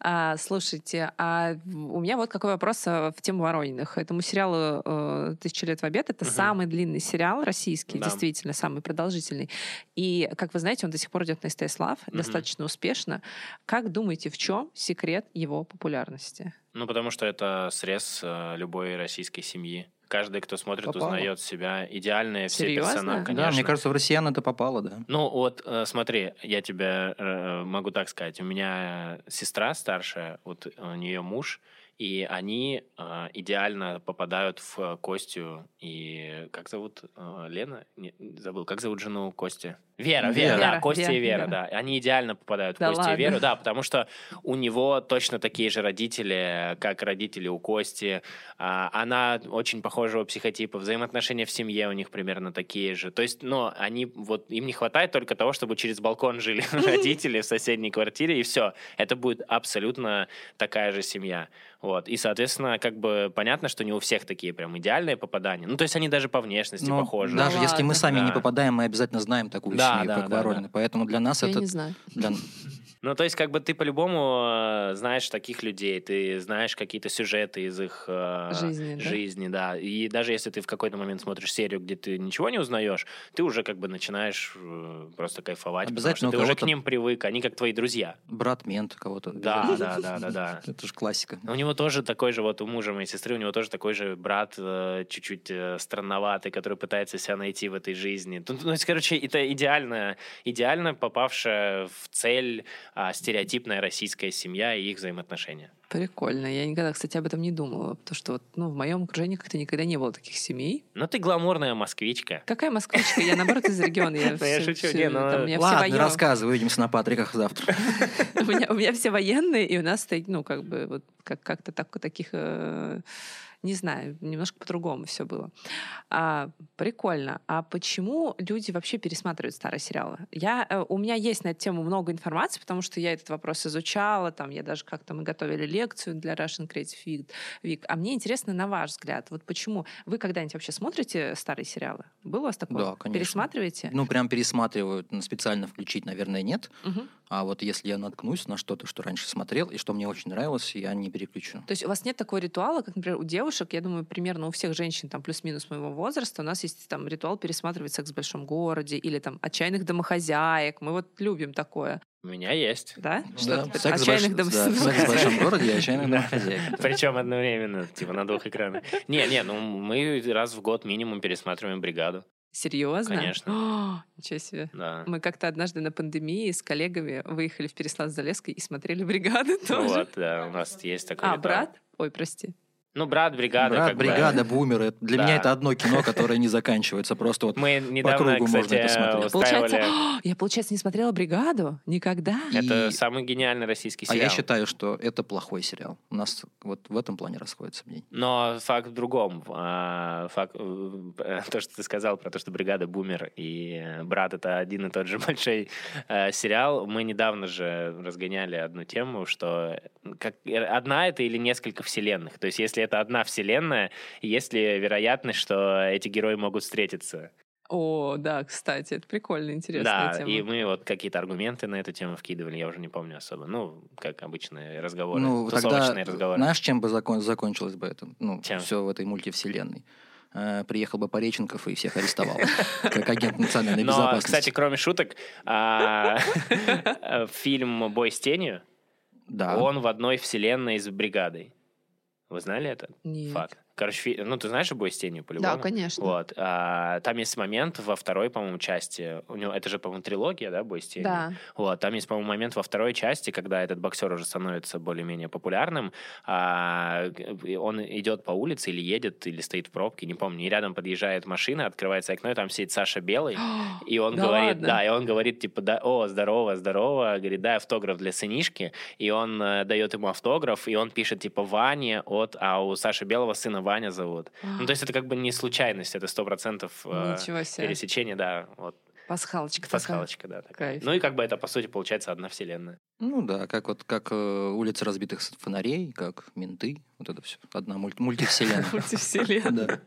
[SPEAKER 1] А, слушайте, а в- у меня вот какой вопрос э, в тему Ворониных. Этому сериалу э, «Тысяча лет в обед» это
[SPEAKER 2] Мгм.
[SPEAKER 1] самый длинный сериал российский,
[SPEAKER 2] Да.
[SPEAKER 1] действительно, самый продолжительный. И, как вы знаете, он до сих пор идет на СТС Лав,
[SPEAKER 2] Мгм.
[SPEAKER 1] достаточно успешно. Как думаете, в чем секрет его популярности?
[SPEAKER 2] Ну, потому что это срез э, любой российской семьи. Каждый, кто смотрит,
[SPEAKER 3] Попало.
[SPEAKER 2] узнает себя. Идеальные все
[SPEAKER 1] Серьезно?
[SPEAKER 2] персонажи,
[SPEAKER 1] Да,
[SPEAKER 2] конечно.
[SPEAKER 3] Да, мне кажется, в россиян это попало, да.
[SPEAKER 2] Ну вот, э, смотри, я тебе э, могу так сказать. У меня э, сестра старшая, вот э, у нее муж, и они э, идеально попадают в э, Костю и... Как зовут? э, Лена? Не, забыл. Как зовут жену Кости? Вера, Вера,
[SPEAKER 3] Вера.
[SPEAKER 2] да,
[SPEAKER 1] Вера,
[SPEAKER 2] Костя и
[SPEAKER 1] Вера,
[SPEAKER 2] Вера, да. Они идеально попадают в
[SPEAKER 1] Да
[SPEAKER 2] Костя и
[SPEAKER 1] ладно.
[SPEAKER 2] Веру, да, потому что у него точно такие же родители, как родители у Кости. А, Она очень похожего психотипа, взаимоотношения в семье у них примерно такие же. То есть, но они вот им не хватает только того, чтобы через балкон жили родители в соседней квартире и все. Это будет абсолютно такая же семья. Вот и, соответственно, как бы понятно, что не у всех такие прям идеальные попадания. Ну то есть они даже по внешности
[SPEAKER 3] Ну,
[SPEAKER 2] похожи.
[SPEAKER 3] даже
[SPEAKER 1] Ну
[SPEAKER 3] если
[SPEAKER 1] ладно.
[SPEAKER 3] мы сами не
[SPEAKER 2] Да.
[SPEAKER 3] попадаем, мы обязательно знаем такую
[SPEAKER 2] Да,
[SPEAKER 3] семью,
[SPEAKER 2] да,
[SPEAKER 3] как
[SPEAKER 2] да,
[SPEAKER 3] Воронины. Поэтому для нас
[SPEAKER 1] Я
[SPEAKER 3] это...
[SPEAKER 1] не знаю.
[SPEAKER 3] для-
[SPEAKER 2] Ну, то есть, как бы ты по-любому э, знаешь таких людей, ты знаешь какие-то сюжеты из их э,
[SPEAKER 1] Жизни, да?
[SPEAKER 2] жизни, да. И даже если ты в какой-то момент смотришь серию, где ты ничего не узнаешь, ты уже как бы начинаешь э, просто кайфовать,
[SPEAKER 3] Обязательно у
[SPEAKER 2] потому что ты уже к
[SPEAKER 3] кого-то-
[SPEAKER 2] ним привык, они как твои друзья.
[SPEAKER 3] Брат мент кого-то.
[SPEAKER 2] Да, да, да, да, да.
[SPEAKER 3] Это же классика.
[SPEAKER 2] У него тоже такой же, вот у мужа моей сестры, у него тоже такой же брат, э, чуть-чуть э, странноватый, который пытается себя найти в этой жизни. Ну, то есть, короче, это идеально, идеально попавшая в цель а, стереотипная российская семья и их взаимоотношения.
[SPEAKER 1] Прикольно. Я никогда, кстати, об этом не думала, потому что вот, ну, в моем окружении как-то никогда не было таких семей.
[SPEAKER 2] Но Ну, ты гламурная москвичка.
[SPEAKER 1] Какая москвичка? Я, наоборот, из региона. Я,
[SPEAKER 2] Да я
[SPEAKER 1] всё-
[SPEAKER 2] шучу,
[SPEAKER 1] всё-
[SPEAKER 2] не, ну,
[SPEAKER 1] там у меня все
[SPEAKER 3] Ладно,
[SPEAKER 1] военные.
[SPEAKER 3] рассказывай, увидимся на Патриках завтра.
[SPEAKER 1] У меня- у меня все военные, и у нас, стоит, ну, как бы, вот как- как-то так- таких э, Не знаю, немножко по-другому все было. А, прикольно. А почему люди вообще пересматривают старые сериалы? Я, э, у меня есть на эту тему много информации, потому что я этот вопрос изучала, там я даже как-то мы готовили лекцию для Russian Creative Week, Week. А мне интересно, на ваш взгляд, вот почему вы когда-нибудь вообще смотрите старые сериалы? Было у вас такое?
[SPEAKER 3] Да, конечно.
[SPEAKER 1] Пересматриваете?
[SPEAKER 3] Ну, прям пересматривают, ну, специально включить, наверное, нет.
[SPEAKER 1] Мгм.
[SPEAKER 3] А вот если я наткнусь на что-то, что раньше смотрел, и что мне очень нравилось, я не переключу.
[SPEAKER 1] То есть у вас нет такого ритуала, как, например, у девушек, я думаю, примерно у всех женщин там плюс-минус моего возраста, у нас есть там ритуал пересматривать секс в большом городе или там отчаянных домохозяек. Мы вот любим такое,
[SPEAKER 2] У меня есть.
[SPEAKER 1] да?
[SPEAKER 3] Ну Да,
[SPEAKER 1] Что-то
[SPEAKER 3] секс в
[SPEAKER 1] Ну, отчаянных
[SPEAKER 3] большом-
[SPEAKER 1] дом-
[SPEAKER 3] да, секс в большом городе, я отчаянный
[SPEAKER 2] Да.
[SPEAKER 3] домохозяйка. да.
[SPEAKER 2] Причем одновременно, типа на двух экранах. Не, не, ну мы раз в год минимум пересматриваем бригаду.
[SPEAKER 1] Серьезно?
[SPEAKER 2] Конечно.
[SPEAKER 1] О, ничего себе.
[SPEAKER 2] Да.
[SPEAKER 1] Мы как-то однажды на пандемии с коллегами выехали в Переслав-Залесский и смотрели «Бригады»
[SPEAKER 2] Ну
[SPEAKER 1] тоже.
[SPEAKER 2] вот, да, у нас есть такой
[SPEAKER 1] А,
[SPEAKER 2] ритуал.
[SPEAKER 1] брат? Ой, прости.
[SPEAKER 2] Ну, брат, бригада.
[SPEAKER 3] Брат,
[SPEAKER 2] как бы.
[SPEAKER 3] бригада, бумеры. Это- Для
[SPEAKER 2] Да.
[SPEAKER 3] меня это одно кино, которое не заканчивается. Просто вот
[SPEAKER 2] Мы недавно,
[SPEAKER 3] кругу можно
[SPEAKER 2] кстати,
[SPEAKER 3] это смотреть.
[SPEAKER 2] устраивали...
[SPEAKER 1] Получается, «О, я, получается, не смотрела «Бригаду» никогда.
[SPEAKER 3] И-
[SPEAKER 2] Это самый гениальный российский
[SPEAKER 3] А
[SPEAKER 2] сериал.
[SPEAKER 3] я считаю, что это плохой сериал. У нас вот в этом плане расходятся мнения.
[SPEAKER 2] Но факт в другом. А, Факт, э, то, что ты сказал про то, что «Бригада», «Бумер» и э, «Брат» — это один и тот же большой э, сериал. Мы недавно же разгоняли одну тему, что э, как, одна это или несколько вселенных. То есть если это одна вселенная, есть ли вероятность, что эти герои могут встретиться?
[SPEAKER 1] О, да, кстати, это прикольно, интересная
[SPEAKER 2] да,
[SPEAKER 1] тема.
[SPEAKER 2] и мы вот какие-то аргументы на эту тему вкидывали, я уже не помню особо. Ну, как обычные разговоры,
[SPEAKER 3] Ну, тогда,
[SPEAKER 2] тусовочные разговоры.
[SPEAKER 3] знаешь, чем бы закон- закончилось бы это? Ну,
[SPEAKER 2] Чем?
[SPEAKER 3] все в этой мультивселенной. Э, Приехал бы Пореченков и всех арестовал. Как агент национальной
[SPEAKER 2] Но, кстати,
[SPEAKER 3] безопасности.
[SPEAKER 2] кроме шуток, а, э, фильм «Бой с тенью»,
[SPEAKER 3] Да.
[SPEAKER 2] он в одной вселенной с «Бригадой». Вы знали это?
[SPEAKER 1] Нет.
[SPEAKER 2] Факт. Короче, фи- ну ты знаешь «Бой с тенью» по-любому?
[SPEAKER 1] Да, конечно.
[SPEAKER 2] Вот. а, там есть момент во второй, по-моему, части. У него это же, по-моему, трилогия, да, «Бой с тенью»?
[SPEAKER 1] Да.
[SPEAKER 2] Вот, там есть, по-моему, момент во второй части, когда этот боксер уже становится более-менее популярным. а, и он идет по улице или едет, или стоит в пробке, не помню. И рядом подъезжает машина, открывается окно, и там сидит Саша Белый.
[SPEAKER 1] А,
[SPEAKER 2] И он
[SPEAKER 1] Да
[SPEAKER 2] говорит,
[SPEAKER 1] ладно?
[SPEAKER 2] да, и он говорит, типа, да, о, здорово, здорово, говорит, дай автограф для сынишки, и он э, дает ему автограф, и он пишет, типа, Ваня от, а у Саши Белого сына Ваня зовут. Ну, то есть это как бы не случайность, это сто процентов э,
[SPEAKER 1] Ничего себе.
[SPEAKER 2] пересечение, да, вот,
[SPEAKER 1] Пасхалочка. такая.
[SPEAKER 2] пасхалочка, да. такая.
[SPEAKER 1] Кайф.
[SPEAKER 2] Ну и как бы это, по сути, получается одна вселенная.
[SPEAKER 3] Ну да, как вот как э, улица разбитых с- фонарей, как менты, вот это все. Одна мульт- мультивселенная.
[SPEAKER 1] Мультивселенная.
[SPEAKER 3] Да.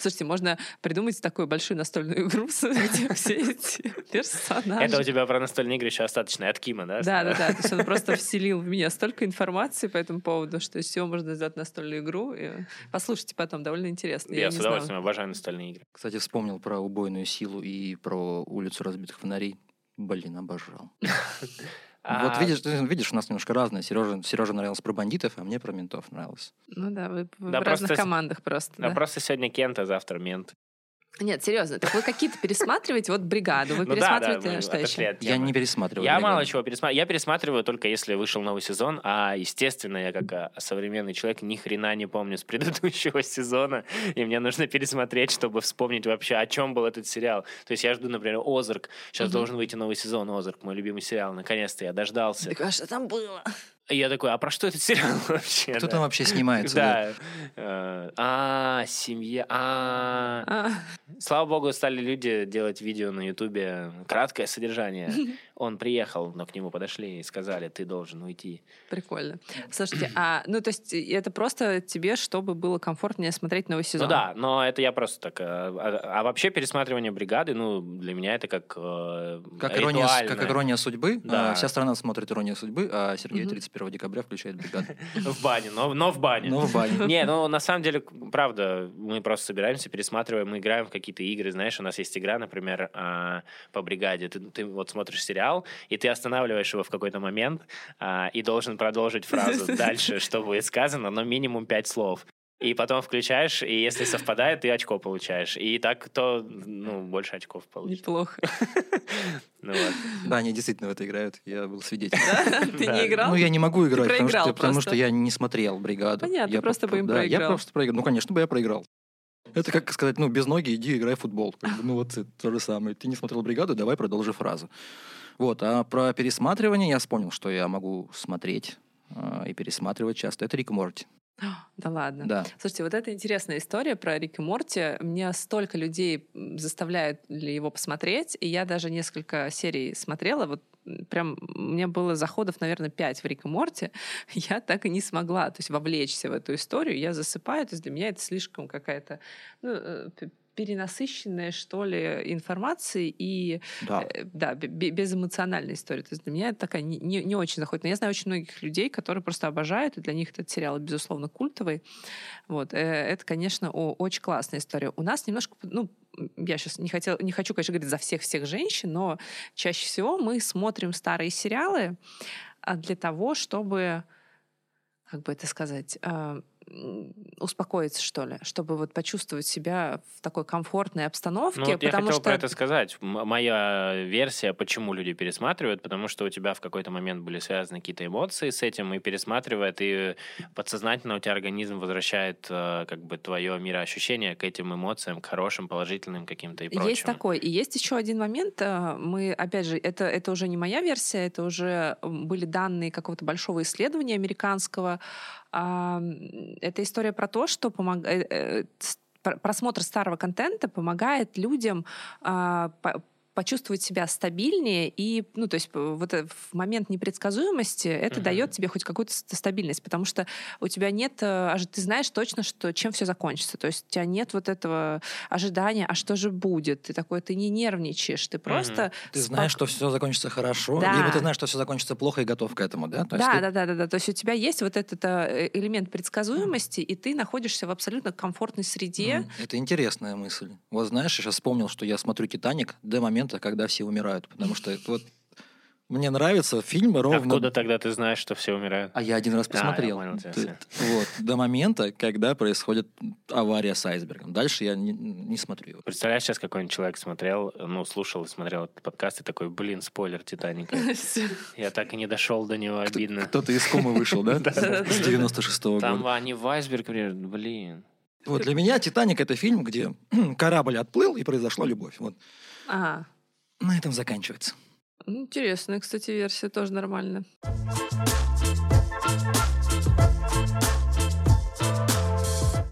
[SPEAKER 1] Слушайте, можно придумать такую большую настольную игру, с- где все эти
[SPEAKER 2] Это у
[SPEAKER 1] персонажи.
[SPEAKER 2] тебя про настольные игры еще остаточные от Кима, да?
[SPEAKER 1] Да, да, да. То есть он просто вселил в меня столько информации по этому поводу, что из всего можно сделать настольную игру. И... Послушайте потом, довольно интересно.
[SPEAKER 2] Я,
[SPEAKER 1] Я,
[SPEAKER 2] с
[SPEAKER 1] не
[SPEAKER 2] удовольствием
[SPEAKER 1] знала.
[SPEAKER 2] обожаю настольные игры.
[SPEAKER 3] Кстати, вспомнил про убойную силу и про улицу разбитых фонарей. Блин, обожал. Вот
[SPEAKER 2] А,
[SPEAKER 3] видишь, ты видишь, у нас немножко разное. Сережа, Сереже нравилось про бандитов, а мне про ментов нравилось.
[SPEAKER 1] Ну да, вы вы
[SPEAKER 2] Да
[SPEAKER 1] в разных
[SPEAKER 2] просто с-
[SPEAKER 1] командах просто.
[SPEAKER 2] да
[SPEAKER 1] да.
[SPEAKER 2] просто сегодня Кент, а завтра Мент.
[SPEAKER 1] Нет, серьезно. Так вы какие-то пересматриваете, вот бригаду, вы
[SPEAKER 2] Ну да, да,
[SPEAKER 1] пересматриваете
[SPEAKER 2] мы
[SPEAKER 1] что
[SPEAKER 2] отошли
[SPEAKER 1] еще?
[SPEAKER 2] от
[SPEAKER 3] Я
[SPEAKER 2] темы.
[SPEAKER 3] не пересматривал.
[SPEAKER 2] Я
[SPEAKER 3] «Бригада».
[SPEAKER 2] мало чего пересматриваю. Я пересматриваю только если вышел новый сезон, а естественно, я как а, современный человек ни хрена не помню с предыдущего сезона, и мне нужно пересмотреть, чтобы вспомнить вообще, о чем был этот сериал. То есть я жду, например, Озарк. Сейчас
[SPEAKER 1] Мгм.
[SPEAKER 2] должен выйти новый сезон Озарк, мой любимый сериал. Наконец-то я дождался.
[SPEAKER 1] Так а что там было?
[SPEAKER 2] И я такой, а про что этот сериал вообще?
[SPEAKER 3] Кто
[SPEAKER 2] да?
[SPEAKER 3] там вообще снимается? да?
[SPEAKER 2] Да. Э, А, семья. А,
[SPEAKER 1] А,
[SPEAKER 2] Слава богу, стали люди делать видео на Ютубе. Краткое содержание. Он приехал, но к нему подошли и сказали, ты должен уйти.
[SPEAKER 1] Прикольно. Слушайте, а ну то есть и это просто тебе, чтобы было комфортнее смотреть новый сезон?
[SPEAKER 2] Ну да, но это я просто так... э, А, а вообще пересматривание бригады, ну, для меня это как э,
[SPEAKER 3] Как ирония, с- как
[SPEAKER 2] ритуальное.
[SPEAKER 3] ирония судьбы.
[SPEAKER 2] Да.
[SPEAKER 3] А, Вся страна смотрит иронию судьбы, а Сергей
[SPEAKER 1] Мгм.
[SPEAKER 3] 31 декабря включает бригаду.
[SPEAKER 2] В бане, но, но в бане.
[SPEAKER 3] Ну, в бане.
[SPEAKER 2] Не, ну на самом деле, правда, мы просто собираемся, пересматриваем, мы играем в какие-то игры. Знаешь, у нас есть игра, например, а, по бригаде. Ты, ты вот смотришь сериал, и ты останавливаешь его в какой-то момент а, и должен продолжить фразу дальше, что будет сказано, но минимум пять слов. И потом включаешь, и если совпадает, ты очко получаешь. И так то, ну, больше очков получишь.
[SPEAKER 1] Неплохо.
[SPEAKER 2] Ну вот.
[SPEAKER 3] Да, они действительно в это играют. Я был свидетелем.
[SPEAKER 1] Ты
[SPEAKER 2] Да.
[SPEAKER 1] не играл?
[SPEAKER 3] Ну, я не могу играть, потому
[SPEAKER 1] проиграл
[SPEAKER 3] что, потому
[SPEAKER 1] просто.
[SPEAKER 3] что я не смотрел бригаду.
[SPEAKER 1] Понятно,
[SPEAKER 3] я
[SPEAKER 1] просто бы им
[SPEAKER 3] да, Я
[SPEAKER 1] проиграл.
[SPEAKER 3] просто проиграл. Ну, конечно бы я проиграл. Это как сказать, ну, без ноги иди играй в футбол. Как бы, Ну, вот это то же самое. Ты не смотрел бригаду, давай продолжи фразу. Вот, а про пересматривание я вспомнил, что я могу смотреть а, и пересматривать э, часто. Это Рик и Морти.
[SPEAKER 1] Да ладно.
[SPEAKER 3] Да.
[SPEAKER 1] Слушайте, вот это интересная история про Рик и Морти. Мне столько людей м, заставляют ли его посмотреть, и я даже несколько серий смотрела. Вот м, прям мне было заходов, наверное, пять в Рик и Морти. Я так и не смогла, то есть вовлечься в эту историю. Я засыпаю, то есть для меня это слишком какая-то ну, э, п- перенасыщенная, что ли, информацией и
[SPEAKER 3] Да.
[SPEAKER 1] э, да, бе- бе- безэмоциональная история. То есть для меня это такая не, не- не очень заходит. Но я знаю очень многих людей, которые просто обожают, и для них этот сериал, безусловно, культовый. Вот. э, Это, конечно, о- очень классная история. У нас немножко, ну, я сейчас не, хотела, не хочу, конечно, говорить за всех-всех женщин, но чаще всего мы смотрим старые сериалы а, для того, чтобы, как бы это сказать, а, м, успокоиться, что ли, чтобы вот почувствовать себя в такой комфортной обстановке,
[SPEAKER 2] Ну, вот я
[SPEAKER 1] потому
[SPEAKER 2] хотел
[SPEAKER 1] что...
[SPEAKER 2] про это сказать. М- моя версия, почему люди пересматривают, потому что у тебя в какой-то момент были связаны какие-то эмоции с этим, и пересматривая, ты подсознательно у тебя организм возвращает э, как бы твое мироощущение к этим эмоциям, к хорошим, положительным каким-то и прочим.
[SPEAKER 1] Есть такой. И есть еще один момент. э, Мы, опять же, это, это уже не моя версия, это уже м, были данные какого-то большого исследования американского. А, м, Это история про то, что помог- э, э, с- пр- просмотр старого контента помогает людям а, по- почувствовать себя стабильнее и, ну, то есть э, вот э, в момент непредсказуемости это
[SPEAKER 2] Мгм.
[SPEAKER 1] дает тебе хоть какую-то ст- стабильность, потому что у тебя нет, э, аж ты знаешь точно, что чем все закончится, то есть у тебя нет вот этого ожидания, а что же будет, ты такой, ты не нервничаешь, ты просто...
[SPEAKER 3] Ты
[SPEAKER 1] спок-
[SPEAKER 3] знаешь, что все закончится хорошо,
[SPEAKER 1] Да.
[SPEAKER 3] либо ты знаешь, что все закончится плохо и готов к этому, да? То есть
[SPEAKER 1] да,
[SPEAKER 3] ты-
[SPEAKER 1] да, да, да, да. То есть у тебя есть вот этот э, элемент предсказуемости, и ты находишься в абсолютно комфортной среде.
[SPEAKER 3] Мгм. Это интересная мысль. Вот знаешь, я сейчас вспомнил, что я смотрю «Титаник» до момента, когда все умирают. Потому что это вот мне нравится фильм ровно...
[SPEAKER 2] Откуда тогда ты знаешь, что все умирают?
[SPEAKER 3] А я один раз
[SPEAKER 2] А,
[SPEAKER 3] посмотрел.
[SPEAKER 2] я понял тебя,
[SPEAKER 3] Ты-
[SPEAKER 2] всё.
[SPEAKER 3] вот, до момента, когда происходит авария с айсбергом. Дальше я не, не смотрю его.
[SPEAKER 2] Представляешь, сейчас какой-нибудь человек смотрел, ну, слушал и смотрел этот подкаст, и такой, блин, спойлер Титаника. Я так и не дошел до него, обидно.
[SPEAKER 3] Кто-то из комы вышел, да? С 96-го года.
[SPEAKER 2] Там они в айсберг, например, блин.
[SPEAKER 3] Вот для меня «Титаник» — это фильм, где корабль отплыл, и произошла любовь. Вот.
[SPEAKER 1] А,
[SPEAKER 3] На этом заканчивается.
[SPEAKER 1] ну, интересная, кстати, версия тоже нормально.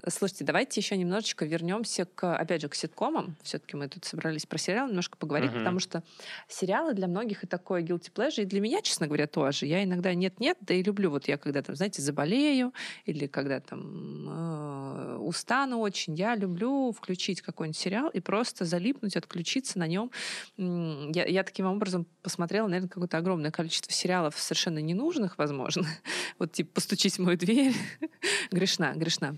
[SPEAKER 1] Слушайте, давайте еще немножечко вернемся к, опять же, к ситкомам. Все-таки мы тут собрались про сериал немножко поговорить,
[SPEAKER 2] Мгм.
[SPEAKER 1] потому что сериалы для многих и такое guilty pleasure, и для меня, честно говоря, тоже. Я иногда нет-нет, да и люблю. Вот я когда там, знаете, заболею, или когда там э, устану очень, я люблю включить какой-нибудь сериал и просто залипнуть, отключиться на нем. М, Я, я таким образом посмотрела, наверное, какое-то огромное количество сериалов совершенно ненужных, возможно. Вот типа «Постучись в мою дверь». Грешна, грешна.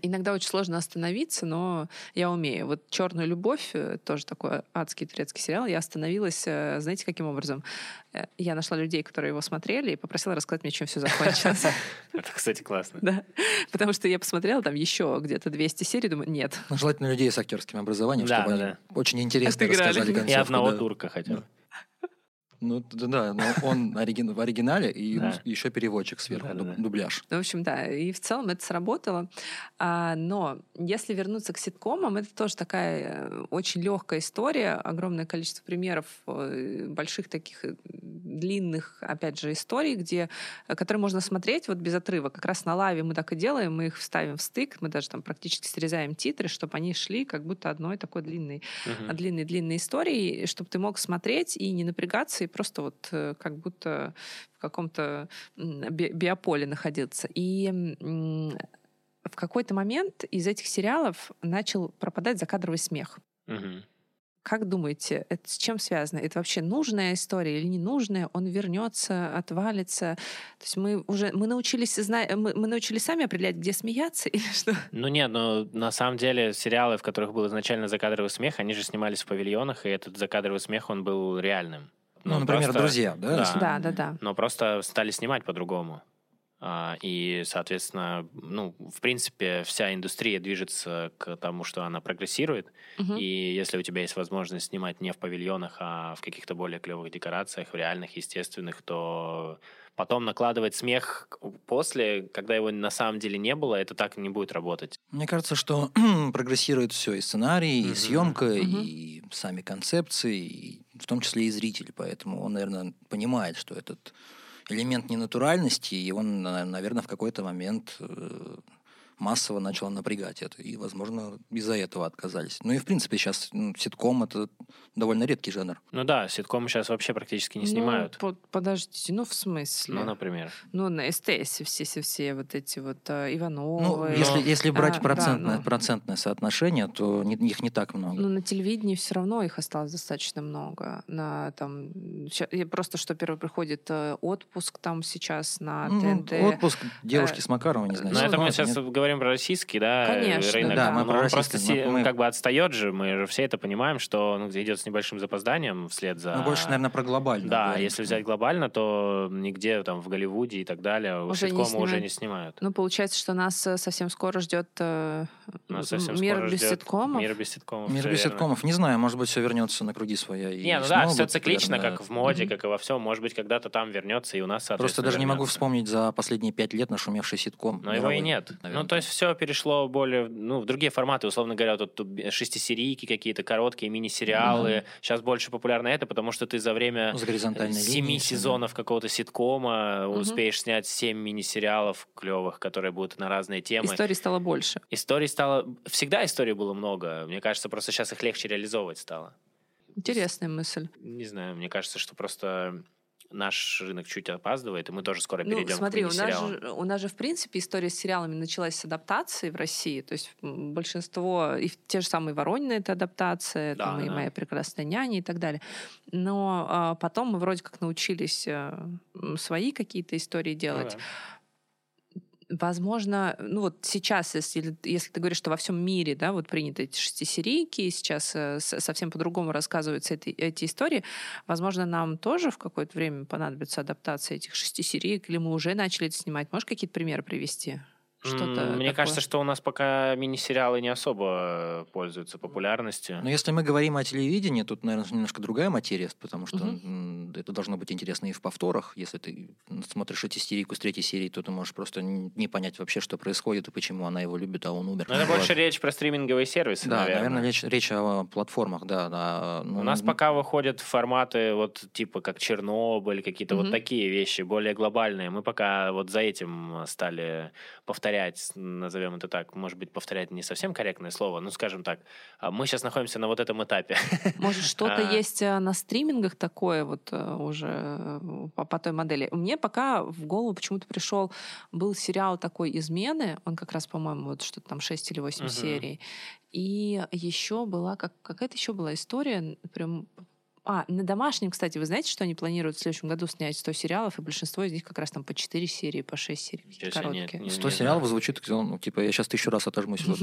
[SPEAKER 1] Иногда очень сложно остановиться, но я умею. Вот «Черную любовь» э, тоже такой адский турецкий сериал. Я остановилась, э, знаете, каким образом? Э, Я нашла людей, которые его смотрели, и попросила рассказать мне, чем все закончилось.
[SPEAKER 2] Это, кстати, классно.
[SPEAKER 1] Да. Потому что я посмотрела там еще где-то 200 серий, думаю, нет.
[SPEAKER 3] Ну, Желательно людей с актерским образованием,
[SPEAKER 2] Да,
[SPEAKER 3] чтобы
[SPEAKER 2] да,
[SPEAKER 3] они очень интересно
[SPEAKER 1] Отыграли.
[SPEAKER 3] рассказали
[SPEAKER 1] И
[SPEAKER 3] концовку.
[SPEAKER 2] И одного
[SPEAKER 3] да.
[SPEAKER 2] турка хотел.
[SPEAKER 3] Ну, т- да, но он оригин- в оригинале, и
[SPEAKER 2] Да.
[SPEAKER 3] еще переводчик сверху,
[SPEAKER 2] Да, да,
[SPEAKER 3] дуб-
[SPEAKER 2] да.
[SPEAKER 3] дубляж.
[SPEAKER 1] Ну, В общем, да, и в целом это сработало. А, но если вернуться к ситкомам, это тоже такая э, очень легкая история, огромное количество примеров э, больших таких э, длинных, опять же, историй, где, э, которые можно смотреть вот без отрыва. Как раз на лаве мы так и делаем, мы их вставим в стык, мы даже там практически срезаем титры, чтобы они шли как будто одной такой длинной
[SPEAKER 2] Мгм.
[SPEAKER 1] длинной-длинной истории, чтобы ты мог смотреть и не напрягаться, и просто вот э, как будто в каком-то м, би- биополе находиться. И м, в какой-то момент из этих сериалов начал пропадать закадровый смех.
[SPEAKER 2] Мгм.
[SPEAKER 1] Как думаете, это с чем связано? Это вообще нужная история или ненужная? Он вернется, отвалится? То есть мы уже мы научились зна- мы, мы научились сами определять, где смеяться или что?
[SPEAKER 2] Ну нет, но на самом деле сериалы, в которых был изначально закадровый смех, они же снимались в павильонах, и этот закадровый смех, он был реальным.
[SPEAKER 3] Ну,
[SPEAKER 2] Но
[SPEAKER 3] например,
[SPEAKER 2] просто-
[SPEAKER 3] «Друзья», да?
[SPEAKER 2] да.
[SPEAKER 3] если-
[SPEAKER 1] Да, да, да.
[SPEAKER 2] Но просто стали снимать по-другому. А, И, соответственно, ну, в принципе, вся индустрия движется к тому, что она прогрессирует.
[SPEAKER 1] Мгм.
[SPEAKER 2] И если у тебя есть возможность снимать не в павильонах, а в каких-то более клевых декорациях, в реальных, естественных, то потом накладывать смех после, когда его на самом деле не было, это так не будет работать.
[SPEAKER 3] Мне кажется, что прогрессирует все, и сценарий, и
[SPEAKER 2] Мгм.
[SPEAKER 3] съемка,
[SPEAKER 1] Мгм.
[SPEAKER 3] и сами концепции, и в том числе и зритель. Поэтому он, наверное, понимает, что этот элемент ненатуральности, и он, на- наверное, в какой-то момент э, массово начал напрягать это. И, возможно, из-за этого отказались. Ну и, в принципе, сейчас ну, ситком — это довольно редкий жанр.
[SPEAKER 2] Ну да, ситком сейчас вообще практически не
[SPEAKER 1] Ну,
[SPEAKER 2] снимают.
[SPEAKER 1] по- подождите, ну в смысле?
[SPEAKER 2] Ну, например.
[SPEAKER 1] Ну, на СТС все, все, все вот эти вот э, Ивановы.
[SPEAKER 3] Ну, если, если брать
[SPEAKER 1] А, да,
[SPEAKER 3] процентное,
[SPEAKER 1] ну.
[SPEAKER 3] процентное соотношение, то не- их не так много.
[SPEAKER 1] Ну, на телевидении все равно их осталось достаточно много. На, там, ща- я просто что первый приходит э, отпуск там сейчас на
[SPEAKER 3] Ну,
[SPEAKER 1] ТНТ.
[SPEAKER 3] отпуск девушки
[SPEAKER 1] Э,
[SPEAKER 3] с Макаровой, не
[SPEAKER 1] ну,
[SPEAKER 3] знаю.
[SPEAKER 2] Но это мы
[SPEAKER 3] снимают,
[SPEAKER 2] сейчас
[SPEAKER 3] нет.
[SPEAKER 2] говорим про российский, да, э,
[SPEAKER 1] Конечно,
[SPEAKER 2] рынок.
[SPEAKER 1] да. Да, мы
[SPEAKER 2] Но
[SPEAKER 3] про
[SPEAKER 2] он
[SPEAKER 3] российский,
[SPEAKER 2] просто си-
[SPEAKER 3] мы- мы-
[SPEAKER 2] как бы отстает же, мы же все это понимаем, что он идет с небольшим запозданием вслед за...
[SPEAKER 3] Ну, больше, наверное, про глобально.
[SPEAKER 2] А, Да,
[SPEAKER 3] говорим.
[SPEAKER 2] если взять глобально, то нигде там в Голливуде и так далее
[SPEAKER 1] Уже не
[SPEAKER 2] ситкомы уже
[SPEAKER 1] снимают.
[SPEAKER 2] не снимают.
[SPEAKER 1] Ну, получается, что нас э, совсем скоро ждет э,
[SPEAKER 2] Нас совсем
[SPEAKER 1] мир
[SPEAKER 2] скоро
[SPEAKER 1] без
[SPEAKER 2] ждет
[SPEAKER 1] ситкомов.
[SPEAKER 2] Мир без ситкомов.
[SPEAKER 3] Мир
[SPEAKER 2] всё
[SPEAKER 3] без
[SPEAKER 2] верно.
[SPEAKER 3] ситкомов. Не знаю, может быть, все вернется на круги своя. и
[SPEAKER 2] Не, ну
[SPEAKER 3] снова
[SPEAKER 2] да, все
[SPEAKER 3] будет
[SPEAKER 2] циклично,
[SPEAKER 3] популярно.
[SPEAKER 2] как в моде,
[SPEAKER 3] Мгм.
[SPEAKER 2] как и во всем. Может быть, когда-то там вернется, и у нас,
[SPEAKER 3] Просто
[SPEAKER 2] соответственно,
[SPEAKER 3] даже не могу
[SPEAKER 2] вернется.
[SPEAKER 3] вспомнить за последние пять лет нашумевший ситком.
[SPEAKER 2] Но его и
[SPEAKER 3] мировой,
[SPEAKER 2] нет.
[SPEAKER 3] наверное.
[SPEAKER 2] Ну, то есть все перешло более, ну, в другие форматы, условно говоря, вот тут шестисерийки какие-то, короткие мини-сериалы. Сейчас больше популярно это, потому что ты за время э,
[SPEAKER 3] Ну, с горизонтальной
[SPEAKER 2] семи
[SPEAKER 3] линией,
[SPEAKER 2] сезонов какого-то ситкома э,
[SPEAKER 1] Мгм.
[SPEAKER 2] успеешь снять семь мини-сериалов клевых, которые будут на разные темы.
[SPEAKER 1] Историй стало больше.
[SPEAKER 2] Историй стало... Всегда историй было много. Мне кажется, просто сейчас их легче реализовывать стало.
[SPEAKER 1] Интересная мысль.
[SPEAKER 2] Не знаю, мне кажется, что просто наш рынок чуть опаздывает, и мы тоже скоро
[SPEAKER 1] Ну,
[SPEAKER 2] перейдем
[SPEAKER 1] смотри,
[SPEAKER 2] к
[SPEAKER 1] у нас,
[SPEAKER 3] Ну
[SPEAKER 2] мини-сериалам.
[SPEAKER 1] же, у нас же, в принципе, история с сериалами началась с адаптации в России. То есть м, большинство, и в- те же самые Воронины это адаптация,
[SPEAKER 2] Да,
[SPEAKER 1] там, и
[SPEAKER 2] да.
[SPEAKER 1] «Моя прекрасная няня» и так далее. Но а, потом мы вроде как научились э, м, свои какие-то истории
[SPEAKER 2] Ну
[SPEAKER 1] делать.
[SPEAKER 2] да.
[SPEAKER 1] Возможно, ну вот сейчас, если, если ты говоришь, что во всем мире, да, вот приняты эти шестисерийки, и сейчас э, с- совсем по-другому рассказываются эти, эти истории, возможно, нам тоже в какое-то время понадобится адаптация этих шестисерийок, или мы уже начали это снимать. Можешь какие-то примеры привести? Что-то
[SPEAKER 2] М, Мне
[SPEAKER 1] такое?
[SPEAKER 2] кажется, что у нас пока мини-сериалы не особо э, пользуются популярностью.
[SPEAKER 3] Но если мы говорим о телевидении, тут, наверное, немножко другая материя, потому что
[SPEAKER 1] Мгм.
[SPEAKER 3] м, это должно быть интересно и в повторах. Если ты м, смотришь эти истерику с третьей серии, то ты можешь просто н- не понять вообще, что происходит и почему она его любит, а он умер.
[SPEAKER 2] Но Ну, это
[SPEAKER 3] Вот.
[SPEAKER 2] больше речь про стриминговые сервисы,
[SPEAKER 3] Да,
[SPEAKER 2] наверное.
[SPEAKER 3] наверное, речь, речь о платформах, да. да, ну,
[SPEAKER 2] У нас
[SPEAKER 3] м,
[SPEAKER 2] пока выходят форматы вот типа как Чернобыль, какие-то вот
[SPEAKER 1] Мгм.
[SPEAKER 2] такие вещи, более глобальные. Мы пока вот за этим э, стали повторять, назовем это так, может быть, повторять не совсем корректное слово, но скажем так, а мы сейчас находимся на вот этом этапе.
[SPEAKER 1] Может, что-то
[SPEAKER 2] А.
[SPEAKER 1] есть э, на стримингах такое вот э, уже э, по, по той модели. Мне пока в голову почему-то пришел, был сериал такой «Измены», он как раз, по-моему, вот что-то там 6 или 8
[SPEAKER 2] Мгм.
[SPEAKER 1] серий. И еще была, как, какая-то еще была история, н- прям... А, на домашнем, кстати, вы знаете, что они планируют в следующем году снять 100 сериалов, и большинство из них как раз там по 4 серии, по 6 серий, какие-то
[SPEAKER 2] Если нет,
[SPEAKER 1] короткие.
[SPEAKER 2] не- не
[SPEAKER 3] 100
[SPEAKER 2] знаю.
[SPEAKER 3] сериалов звучит, как, ну, типа, я сейчас тысячу раз отожмусь. вот.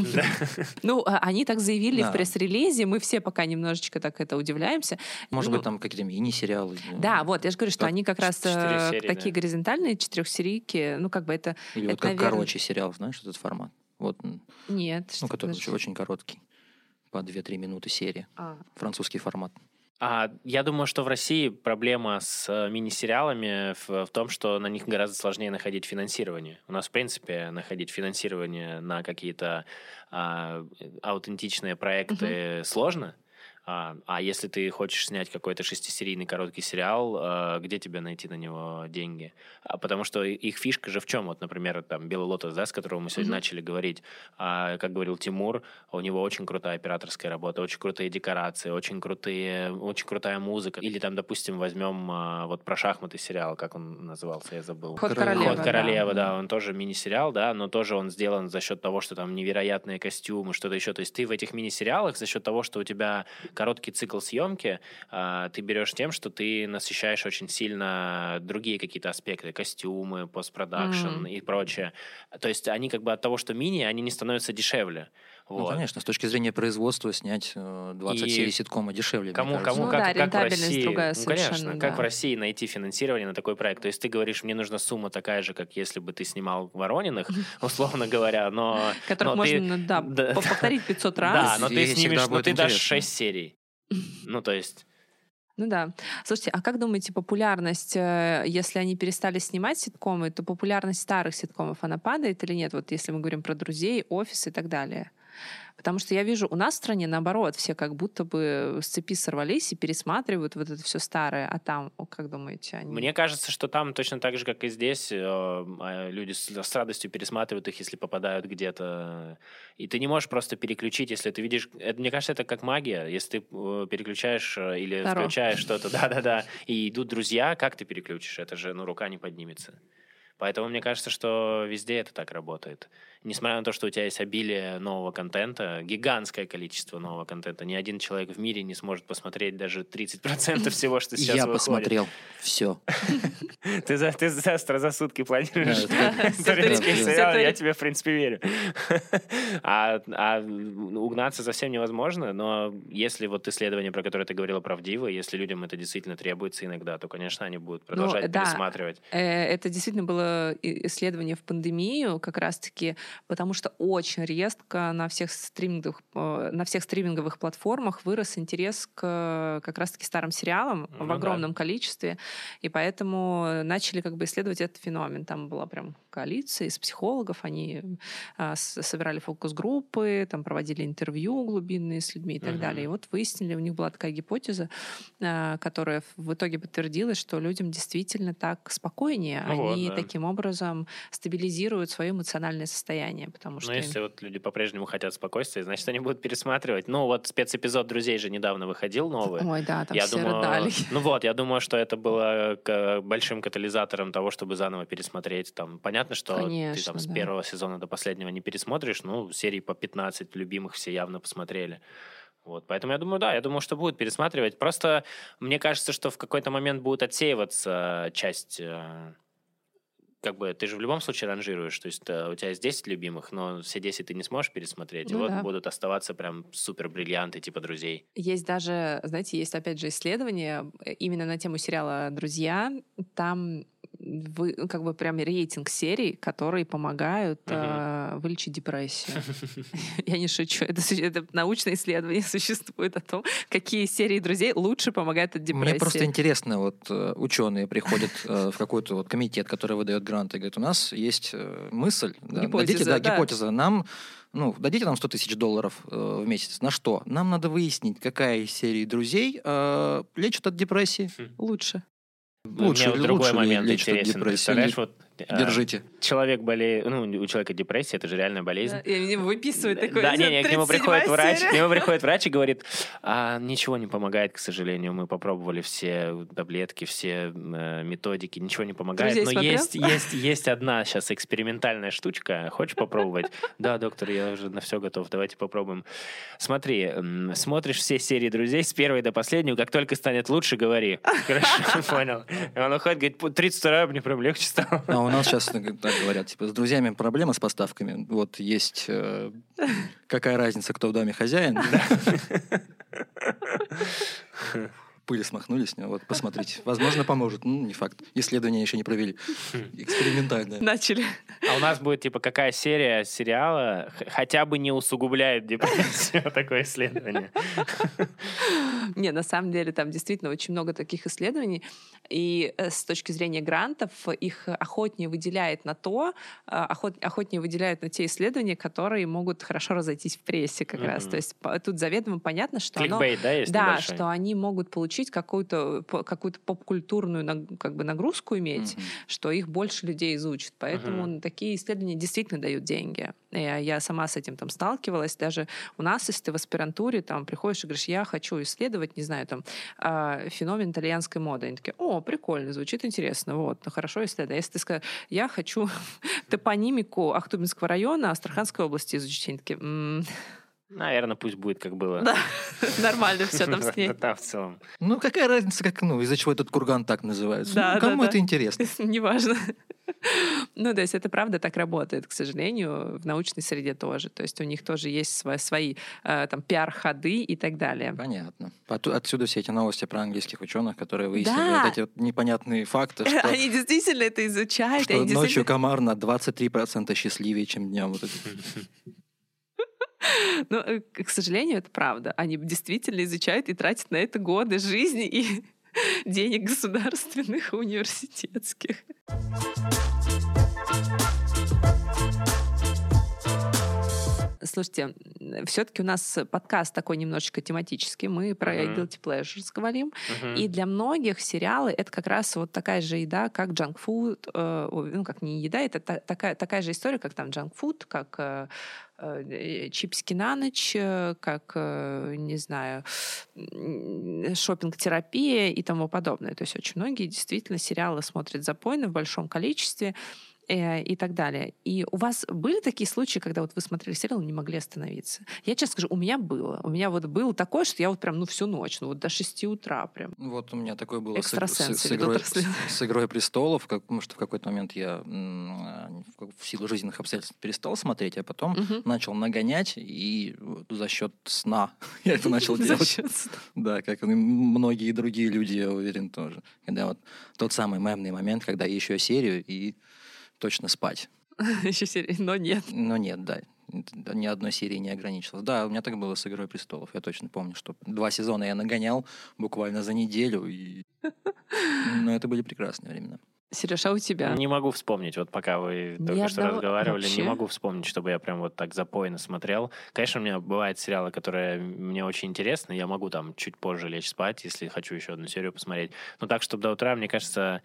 [SPEAKER 1] Ну, а они так заявили в
[SPEAKER 3] Да.
[SPEAKER 1] пресс-релизе, мы все пока немножечко так это удивляемся.
[SPEAKER 3] Может
[SPEAKER 1] Ну,
[SPEAKER 3] быть, там какие-то мини-сериалы.
[SPEAKER 1] Да, вот, я же говорю, что
[SPEAKER 3] Как
[SPEAKER 1] они как раз э,
[SPEAKER 2] четыре серии,
[SPEAKER 1] такие
[SPEAKER 2] да.
[SPEAKER 1] горизонтальные четырехсерийки, ну как бы это
[SPEAKER 3] Или
[SPEAKER 1] это,
[SPEAKER 3] вот как
[SPEAKER 1] наверное-
[SPEAKER 3] короче сериал, знаешь, этот формат. Вот, м,
[SPEAKER 1] нет.
[SPEAKER 3] ну,
[SPEAKER 1] что
[SPEAKER 3] который
[SPEAKER 1] значит?
[SPEAKER 3] очень, очень короткий. По 2-3 минуты серия.
[SPEAKER 1] А,
[SPEAKER 3] Французский формат.
[SPEAKER 2] А, я думаю, что в России проблема с э, мини-сериалами в, в том, что на них гораздо сложнее находить финансирование. У нас, в принципе, находить финансирование на какие-то а, аутентичные проекты сложно. А, а если ты хочешь снять какой-то шестисерийный короткий сериал, а, где тебе найти на него деньги? А потому что и- их фишка же в чем? Вот, например, там Белый лотос, да, с которого мы сегодня
[SPEAKER 1] Мгм.
[SPEAKER 2] начали говорить. А, как говорил Тимур, А у него очень крутая операторская работа, очень крутые декорации, очень крутые, очень крутая музыка. Или там, допустим, возьмем а, вот про шахматы сериал, как он назывался, я забыл.
[SPEAKER 1] Ход
[SPEAKER 3] Королева.
[SPEAKER 1] королевы.
[SPEAKER 2] Ход королевы, да. он тоже мини-сериал, да, но тоже он сделан за счет того, что там невероятные костюмы, что-то еще. То есть ты в этих мини-сериалах за счет того, что у тебя короткий цикл съемки, а, ты берешь тем, что ты насыщаешь очень сильно другие какие-то аспекты, костюмы, постпродакшн
[SPEAKER 1] Мгм.
[SPEAKER 2] и прочее. То есть они как бы от того, что мини, они не становятся дешевле.
[SPEAKER 3] Ну,
[SPEAKER 2] Вот.
[SPEAKER 3] конечно, с точки зрения производства снять э, 20
[SPEAKER 2] И
[SPEAKER 3] серий ситкома дешевле. мне
[SPEAKER 2] Кому,
[SPEAKER 3] кажется.
[SPEAKER 2] кому,
[SPEAKER 1] Ну
[SPEAKER 2] как,
[SPEAKER 1] да,
[SPEAKER 2] как в
[SPEAKER 1] рентабельность
[SPEAKER 2] России,
[SPEAKER 1] другая
[SPEAKER 2] ну, конечно,
[SPEAKER 1] совершенно,
[SPEAKER 2] как
[SPEAKER 1] да.
[SPEAKER 2] в России найти финансирование на такой проект. То есть ты говоришь, мне нужна сумма такая же, как если бы ты снимал Ворониных, условно говоря, но
[SPEAKER 1] Которых
[SPEAKER 2] Но ты-
[SPEAKER 1] можно, да,
[SPEAKER 2] да.
[SPEAKER 1] по- повторить 500 раз.
[SPEAKER 2] да, но
[SPEAKER 3] И
[SPEAKER 2] ты
[SPEAKER 3] всегда
[SPEAKER 2] снимешь, но
[SPEAKER 3] будет
[SPEAKER 2] ты дашь
[SPEAKER 3] интересно.
[SPEAKER 2] 6 серий. Ну, то есть,
[SPEAKER 1] Ну да. Слушайте, а как думаете, популярность, э, если они перестали снимать ситкомы, то популярность старых ситкомов, она падает или нет? Вот если мы говорим про друзей, офис и так далее. Потому что я вижу, у нас в стране наоборот, все как будто бы с цепи сорвались и пересматривают вот это все старое, а там, о, как думаете, они...
[SPEAKER 2] Мне кажется, что там точно так же, как и здесь, э, э, люди с, с радостью пересматривают их, если попадают где-то. И ты не можешь просто переключить, если ты видишь... Это, мне кажется, это как магия. Если ты э, переключаешь э, или
[SPEAKER 1] Таро.
[SPEAKER 2] включаешь что-то, да-да-да, и идут друзья, как ты переключишь? Это же, ну, рука не поднимется. Поэтому мне кажется, что везде это так работает. Несмотря на то, что у тебя есть обилие нового контента, гигантское количество нового контента, ни один человек в мире не сможет посмотреть даже 30% всего, что сейчас
[SPEAKER 3] Я
[SPEAKER 2] выходит.
[SPEAKER 3] посмотрел. Все.
[SPEAKER 2] Ты, за, ты завтра за сутки планируешь
[SPEAKER 3] Да,
[SPEAKER 1] это-
[SPEAKER 2] турецкий
[SPEAKER 3] Да, да.
[SPEAKER 2] сериал, я
[SPEAKER 1] Сатурин.
[SPEAKER 2] тебе, в принципе, верю. А, а угнаться за всем невозможно, но если вот исследование, про которое ты говорила, правдиво, если людям это действительно требуется иногда, то, конечно, они будут продолжать
[SPEAKER 1] Ну, да.
[SPEAKER 2] пересматривать.
[SPEAKER 1] Э, Это действительно было и- исследование в пандемию, как раз-таки, потому что очень резко на всех стриминговых, э, на всех стриминговых платформах вырос интерес к э, как раз-таки старым сериалам
[SPEAKER 2] Ну
[SPEAKER 1] в
[SPEAKER 2] да.
[SPEAKER 1] огромном количестве, и поэтому начали как бы исследовать этот феномен. Там была прям коалиция из психологов, они а, с- собирали фокус-группы, там проводили интервью глубинные с людьми и так
[SPEAKER 2] Мгм.
[SPEAKER 1] далее. И вот выяснили, у них была такая гипотеза, а, которая в итоге подтвердилась, что людям действительно так спокойнее.
[SPEAKER 2] Ну вот,
[SPEAKER 1] Они
[SPEAKER 2] да.
[SPEAKER 1] таким образом стабилизируют свое эмоциональное состояние, потому что
[SPEAKER 2] Ну,
[SPEAKER 1] им-
[SPEAKER 2] если вот люди по-прежнему хотят спокойствия, значит, они будут пересматривать. Ну, вот спецэпизод «Друзей» же недавно выходил новый.
[SPEAKER 1] Ой, да, там
[SPEAKER 2] я
[SPEAKER 1] все
[SPEAKER 2] думаю,
[SPEAKER 1] рыдали.
[SPEAKER 2] ну вот, я думаю, что это было к- большим катализатором того, чтобы заново пересмотреть. Там понятно, что ты
[SPEAKER 1] Конечно,
[SPEAKER 2] там с
[SPEAKER 1] да.
[SPEAKER 2] первого сезона до последнего не пересмотришь, ну серии по 15 любимых все явно посмотрели. Вот, поэтому я думаю, да, я думаю, что будут пересматривать. Просто мне кажется, что в какой-то момент будет отсеиваться часть. э, Как бы ты же в любом случае ранжируешь, то есть э, у тебя есть 10 любимых, но все 10 ты не сможешь пересмотреть. и
[SPEAKER 1] Ну
[SPEAKER 2] вот
[SPEAKER 1] да.
[SPEAKER 2] будут оставаться прям супер бриллианты типа друзей.
[SPEAKER 1] Есть даже, знаете, есть опять же исследование э, именно на тему сериала «Друзья». Там вы, ну, как бы прям рейтинг серий, которые помогают
[SPEAKER 2] Мгм.
[SPEAKER 1] э, вылечить депрессию. Я не шучу. Это, су- это научное исследование существует о том, какие серии друзей лучше помогают от депрессии.
[SPEAKER 3] Мне просто интересно, вот э, ученые приходят э, в какой-то вот комитет, который выдает гранты, и говорят, у нас есть э, мысль, да, дадите,
[SPEAKER 1] Гипотеза,
[SPEAKER 3] да,
[SPEAKER 1] да.
[SPEAKER 3] гипотеза, нам, ну, дадите нам 100 тысяч долларов э, в месяц, на что? Нам надо выяснить, какая из серий друзей э, лечит от депрессии.
[SPEAKER 1] Хм. лучше.
[SPEAKER 3] Лучше
[SPEAKER 2] Мне вот
[SPEAKER 3] ли-
[SPEAKER 2] другой
[SPEAKER 3] лучше ли
[SPEAKER 2] момент
[SPEAKER 3] лечит от
[SPEAKER 2] интересен.
[SPEAKER 3] депрессии?
[SPEAKER 2] Представляешь, вот а,
[SPEAKER 3] Держите.
[SPEAKER 2] человек болеет, ну, у человека депрессия, это же реальная болезнь.
[SPEAKER 1] И они выписывают такой.
[SPEAKER 2] Да, не, не, к нему
[SPEAKER 1] 37-я
[SPEAKER 2] приходит врач,
[SPEAKER 1] серия.
[SPEAKER 2] к нему приходит врач и говорит, «А, ничего не помогает, к сожалению, мы попробовали все таблетки, все э, методики, ничего не помогает,
[SPEAKER 1] Друзей
[SPEAKER 2] но
[SPEAKER 1] смотрел?
[SPEAKER 2] есть, есть, есть одна сейчас экспериментальная штучка, хочешь попробовать? Да, доктор, я уже на все готов, давайте попробуем. Смотри, м, смотришь все серии друзей с первой до последней, как только станет лучше, говори. Хорошо, понял. И он уходит, говорит, 32 мне прям легче стало.
[SPEAKER 3] А у нас сейчас так говорят, типа, с друзьями проблема с поставками. Вот есть э, какая разница, кто в доме хозяин. Пыль смахнули с него, вот посмотрите. Возможно, поможет, ну, не факт. Исследования еще не провели. Экспериментальное.
[SPEAKER 1] Начали.
[SPEAKER 2] А у нас будет, типа, какая серия сериала х- хотя бы не усугубляет депрессию? а Такое исследование.
[SPEAKER 1] Ну, Не, на самом деле там действительно очень много таких исследований, и э, с точки зрения грантов э, их охотнее выделяет на то, э, охот- охотнее выделяют на те исследования, которые могут хорошо разойтись в прессе как раз.
[SPEAKER 2] Мгм.
[SPEAKER 1] То есть по- тут заведомо понятно, что оно
[SPEAKER 2] Кликбейт, да, есть
[SPEAKER 1] Да,
[SPEAKER 2] небольшой?
[SPEAKER 1] что они могут получить какую-то по- какую-то поп-культурную наг- как бы нагрузку иметь,
[SPEAKER 3] Мгм.
[SPEAKER 1] что их больше людей изучат. Поэтому
[SPEAKER 2] Мгм.
[SPEAKER 1] такие исследования действительно дают деньги. Я, я сама с этим там сталкивалась. Даже у нас, если ты в аспирантуре, там приходишь и говоришь, я хочу исследовать, не знаю, там а, феномен итальянской моды. Они такие, о, прикольно, звучит интересно, вот, ну хорошо исследовать. А если ты скажешь, я хочу топонимику Ахтубинского района Астраханской области изучить, они такие, «М,
[SPEAKER 2] Наверное, пусть будет как было.
[SPEAKER 1] Да, нормально все там с ней.
[SPEAKER 2] Да, в целом.
[SPEAKER 3] Ну, какая разница, как, ну, из-за чего этот курган так называется?
[SPEAKER 1] Да,
[SPEAKER 3] Ну, кому
[SPEAKER 1] да,
[SPEAKER 3] это
[SPEAKER 1] да.
[SPEAKER 3] интересно?
[SPEAKER 1] Неважно. Ну, то есть это правда так работает, к сожалению, в научной среде тоже. То есть у них тоже есть свои, свои э, там пиар-ходы и так далее.
[SPEAKER 3] Понятно. Поту- Отсюда все эти новости про английских ученых, которые выяснили
[SPEAKER 1] Да.
[SPEAKER 3] вот эти вот непонятные факты, что,
[SPEAKER 1] Они действительно это изучают.
[SPEAKER 3] что
[SPEAKER 1] они действительно-
[SPEAKER 3] ночью комар на 23% счастливее, чем днем. Вот это.
[SPEAKER 1] Ну, э, к к сожалению, это правда. Они действительно изучают и тратят на это годы жизни и денег государственных и университетских. Слушайте, м, все-таки у нас подкаст такой немножечко тематический. Мы про
[SPEAKER 2] Мгм.
[SPEAKER 1] guilty pleasures говорим.
[SPEAKER 2] Мгм.
[SPEAKER 1] И для многих сериалы это как раз вот такая же еда, как junk food, э, ой, ну как не еда, это та- такая, такая же история, как там junk food, как э, э, чипсики на ночь, э, как, э, не знаю, шопинг терапия и тому подобное. То есть очень многие действительно сериалы смотрят запойно в большом количестве э, и так далее. И у вас были такие случаи, когда вот вы смотрели сериал и не могли остановиться? Я честно скажу, у меня было. У меня вот было такое, что я вот прям, ну, всю ночь, ну, вот до 6 утра прям.
[SPEAKER 3] Ну Вот у меня такое было с, игр-
[SPEAKER 1] Экстрасенсы
[SPEAKER 3] с- с
[SPEAKER 1] ведут
[SPEAKER 3] игрой,
[SPEAKER 1] расследование.
[SPEAKER 3] с- с «Игрой престолов», как, потому что в какой-то момент я м, а, в как- в силу жизненных обстоятельств перестал смотреть, а потом
[SPEAKER 1] Мгм.
[SPEAKER 3] начал нагонять, и вот за счет сна я это начал
[SPEAKER 1] За
[SPEAKER 3] делать.
[SPEAKER 1] счёт-
[SPEAKER 3] Да, как и многие другие люди, я уверен, тоже. Когда вот тот самый мемный момент, когда еще серию и точно спать.
[SPEAKER 1] Ещё серии, но нет.
[SPEAKER 3] Но Ну, нет, да, это- ни одной серии не ограничилось. Да, у меня так было с «Игрой престолов». Я точно помню, что два сезона я нагонял буквально за неделю. И... Но это были прекрасные времена.
[SPEAKER 1] Сереж, а у тебя?
[SPEAKER 2] Не могу вспомнить, вот пока вы
[SPEAKER 1] Ни
[SPEAKER 2] только что
[SPEAKER 1] одного
[SPEAKER 2] разговаривали,
[SPEAKER 1] вообще?
[SPEAKER 2] не могу вспомнить, чтобы я прям вот так запойно смотрел. Конечно, у меня бывают сериалы, которые мне очень интересны, я могу там чуть позже лечь спать, если хочу еще одну серию посмотреть. Но так, чтобы до утра, мне кажется,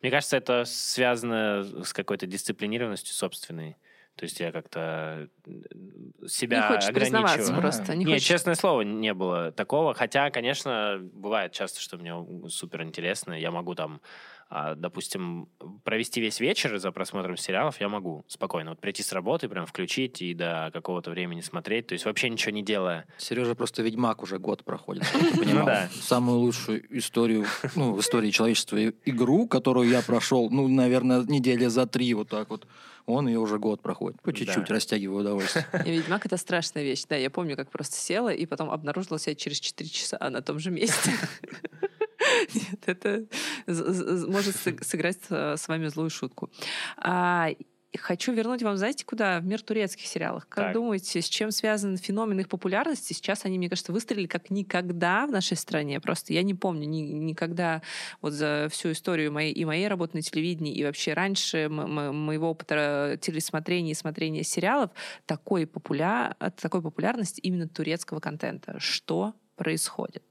[SPEAKER 2] мне кажется, это связано с какой-то дисциплинированностью собственной. То есть я как-то э,
[SPEAKER 1] Не
[SPEAKER 2] себя
[SPEAKER 1] хочешь признаваться
[SPEAKER 2] ограничиваю.
[SPEAKER 3] Ага.
[SPEAKER 1] просто. Не
[SPEAKER 2] Нет,
[SPEAKER 1] хочешь.
[SPEAKER 2] честное слово, не было такого. Хотя, конечно, бывает часто, что мне супер интересно. Я могу там, а, допустим, провести весь вечер за просмотром сериалов. Я могу спокойно вот прийти с работы, прям включить и до какого-то времени смотреть. То есть вообще ничего не делая.
[SPEAKER 3] Сережа просто ведьмак уже год проходит, чтобы ты понимал.
[SPEAKER 2] Ну да.
[SPEAKER 3] Самую лучшую историю, ну, в истории человечества и- игру, которую я прошел, ну, наверное, недели за три вот так вот. Он ее уже год проходит. По
[SPEAKER 2] Да.
[SPEAKER 3] чуть-чуть растягиваю удовольствие.
[SPEAKER 1] И Ведьмак это страшная вещь. Да, я помню, как просто села и потом обнаружила себя через 4 часа на том же месте. Нет, это з- з- может сы- сыграть э, с вами злую шутку. А, и Хочу вернуть вам, знаете, куда? В мир турецких сериалов. Как
[SPEAKER 2] Так.
[SPEAKER 1] думаете, с чем связан феномен их популярности? Сейчас они, мне кажется, выстрелили как никогда в нашей стране. Просто я не помню ни- никогда вот за всю историю моей и моей работы на телевидении, и вообще раньше м- м- моего опыта э, телесмотрения и смотрения сериалов, такой, популя... от такой популярности именно турецкого контента. Что происходит?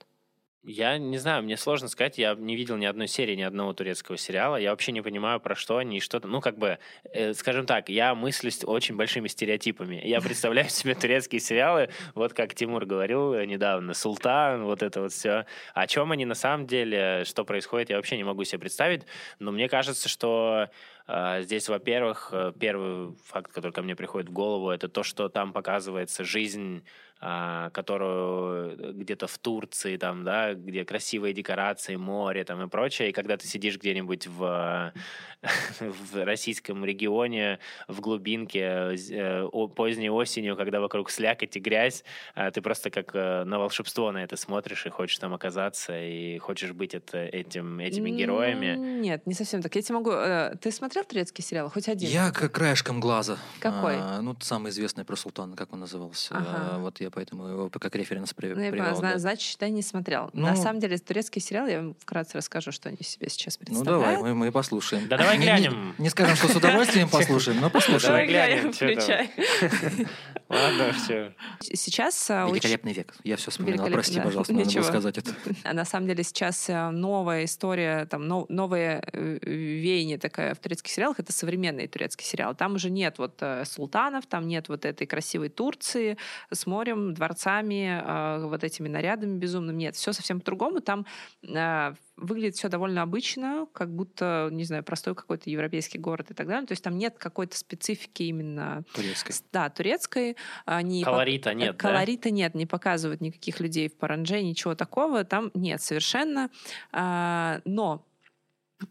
[SPEAKER 2] Я не знаю, мне сложно сказать, я не видел ни одной серии, ни одного турецкого сериала, я вообще не понимаю, про что они и что-то. Ну, как бы, э, скажем так, я мыслю с очень большими стереотипами. Я представляю себе турецкие сериалы, вот как Тимур говорил э, недавно, «Султан», вот это вот все. О чем они на самом деле, что происходит, я вообще не могу себе представить, но мне кажется, что э, здесь, во-первых, э, первый факт, который ко мне приходит в голову, это то, что там показывается жизнь а, которую где-то в Турции, там, да, где красивые декорации, море там и прочее. И когда ты сидишь где-нибудь в, э, в российском регионе, в глубинке, э, з- э, о- поздней осенью, когда вокруг слякоть и грязь, а ты просто как э, на волшебство на это смотришь и хочешь там оказаться, и хочешь быть это, этим, этими
[SPEAKER 1] Ну,
[SPEAKER 2] героями.
[SPEAKER 1] Нет, не совсем так. Я тебе могу... э, Ты смотрел турецкий сериал? Хоть один?
[SPEAKER 3] Я как краешком глаза.
[SPEAKER 1] Какой?
[SPEAKER 3] А, ну, самый известный про Султана, как он назывался.
[SPEAKER 1] Ага.
[SPEAKER 3] А, вот я поэтому его как референс при-
[SPEAKER 1] Ну, я поняла,
[SPEAKER 3] привел.
[SPEAKER 1] зна-
[SPEAKER 3] да.
[SPEAKER 1] значит, считай, не смотрел.
[SPEAKER 3] Ну-
[SPEAKER 1] На самом деле, турецкий сериал, я вам вкратце расскажу, что они себе сейчас
[SPEAKER 3] Ну,
[SPEAKER 1] представляют.
[SPEAKER 3] давай, мы, мы послушаем.
[SPEAKER 2] Да давай
[SPEAKER 3] Не- не-
[SPEAKER 2] глянем.
[SPEAKER 3] Не, скажем, что с удовольствием послушаем, но
[SPEAKER 1] Давай
[SPEAKER 2] Давай
[SPEAKER 3] послушаем.
[SPEAKER 1] глянем,
[SPEAKER 2] глянем, чё там.
[SPEAKER 1] включай.
[SPEAKER 2] Ладно, все.
[SPEAKER 1] Сейчас а, очень-
[SPEAKER 3] Великолепный век. Я все вспоминал.
[SPEAKER 1] Великолепно,
[SPEAKER 3] Прости,
[SPEAKER 1] да.
[SPEAKER 3] пожалуйста, надо было
[SPEAKER 1] Ничего.
[SPEAKER 3] сказать это.
[SPEAKER 1] А на самом деле сейчас э, новая история, там но- новое э, веяние такое в турецких сериалах, это современный турецкий сериал. Там уже нет вот э, султанов, там нет вот этой красивой Турции с морем, дворцами, э, вот этими нарядами безумным. Нет, все совсем по-другому. Там э, выглядит все довольно обычно, как будто, не знаю, простой какой-то европейский город и так далее. То есть там нет какой-то специфики именно
[SPEAKER 3] Турецкой.
[SPEAKER 1] с- да, турецкой. а, не по-
[SPEAKER 2] Колорита нет, да?
[SPEAKER 1] Колорита нет, не показывают никаких людей в паранже, ничего такого там нет совершенно. А, Но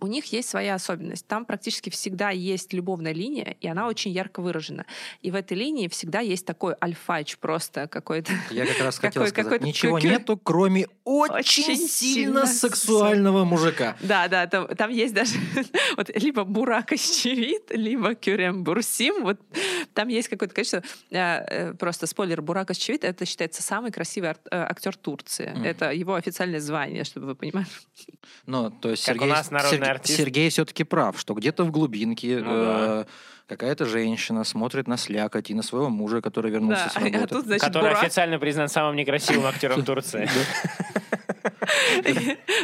[SPEAKER 1] у них есть своя особенность. Там практически всегда есть любовная линия, и она очень ярко выражена. И в этой линии всегда есть такой альфач просто какой-то.
[SPEAKER 3] Я как раз хотел
[SPEAKER 1] Какой-
[SPEAKER 3] сказать,
[SPEAKER 1] какой-то
[SPEAKER 3] ничего
[SPEAKER 1] кю-кю.
[SPEAKER 3] нету, кроме
[SPEAKER 1] Очень
[SPEAKER 3] очень
[SPEAKER 1] сильно
[SPEAKER 3] сильно сексуального мужика.
[SPEAKER 1] Да, да, там, там есть даже вот либо бурак ищевит, либо кюрем бурсим. Вот там есть какое-то количество. э, э, Просто спойлер, бурак ищевит это считается самый красивый ар- э, актер Турции.
[SPEAKER 3] Мгм.
[SPEAKER 1] Это его официальное звание, чтобы вы понимали.
[SPEAKER 3] Ну, то есть
[SPEAKER 2] Как у
[SPEAKER 3] Сергей,
[SPEAKER 2] нас народный артист.
[SPEAKER 3] все-таки прав, что где-то в глубинке
[SPEAKER 2] Ну
[SPEAKER 3] э, Какая-то женщина смотрит на слякоть и на своего мужа, который вернулся
[SPEAKER 1] Да,
[SPEAKER 3] с
[SPEAKER 1] а
[SPEAKER 3] работы.
[SPEAKER 1] тут, значит,
[SPEAKER 2] который
[SPEAKER 1] Бурак,
[SPEAKER 2] официально признан самым некрасивым актером Турции.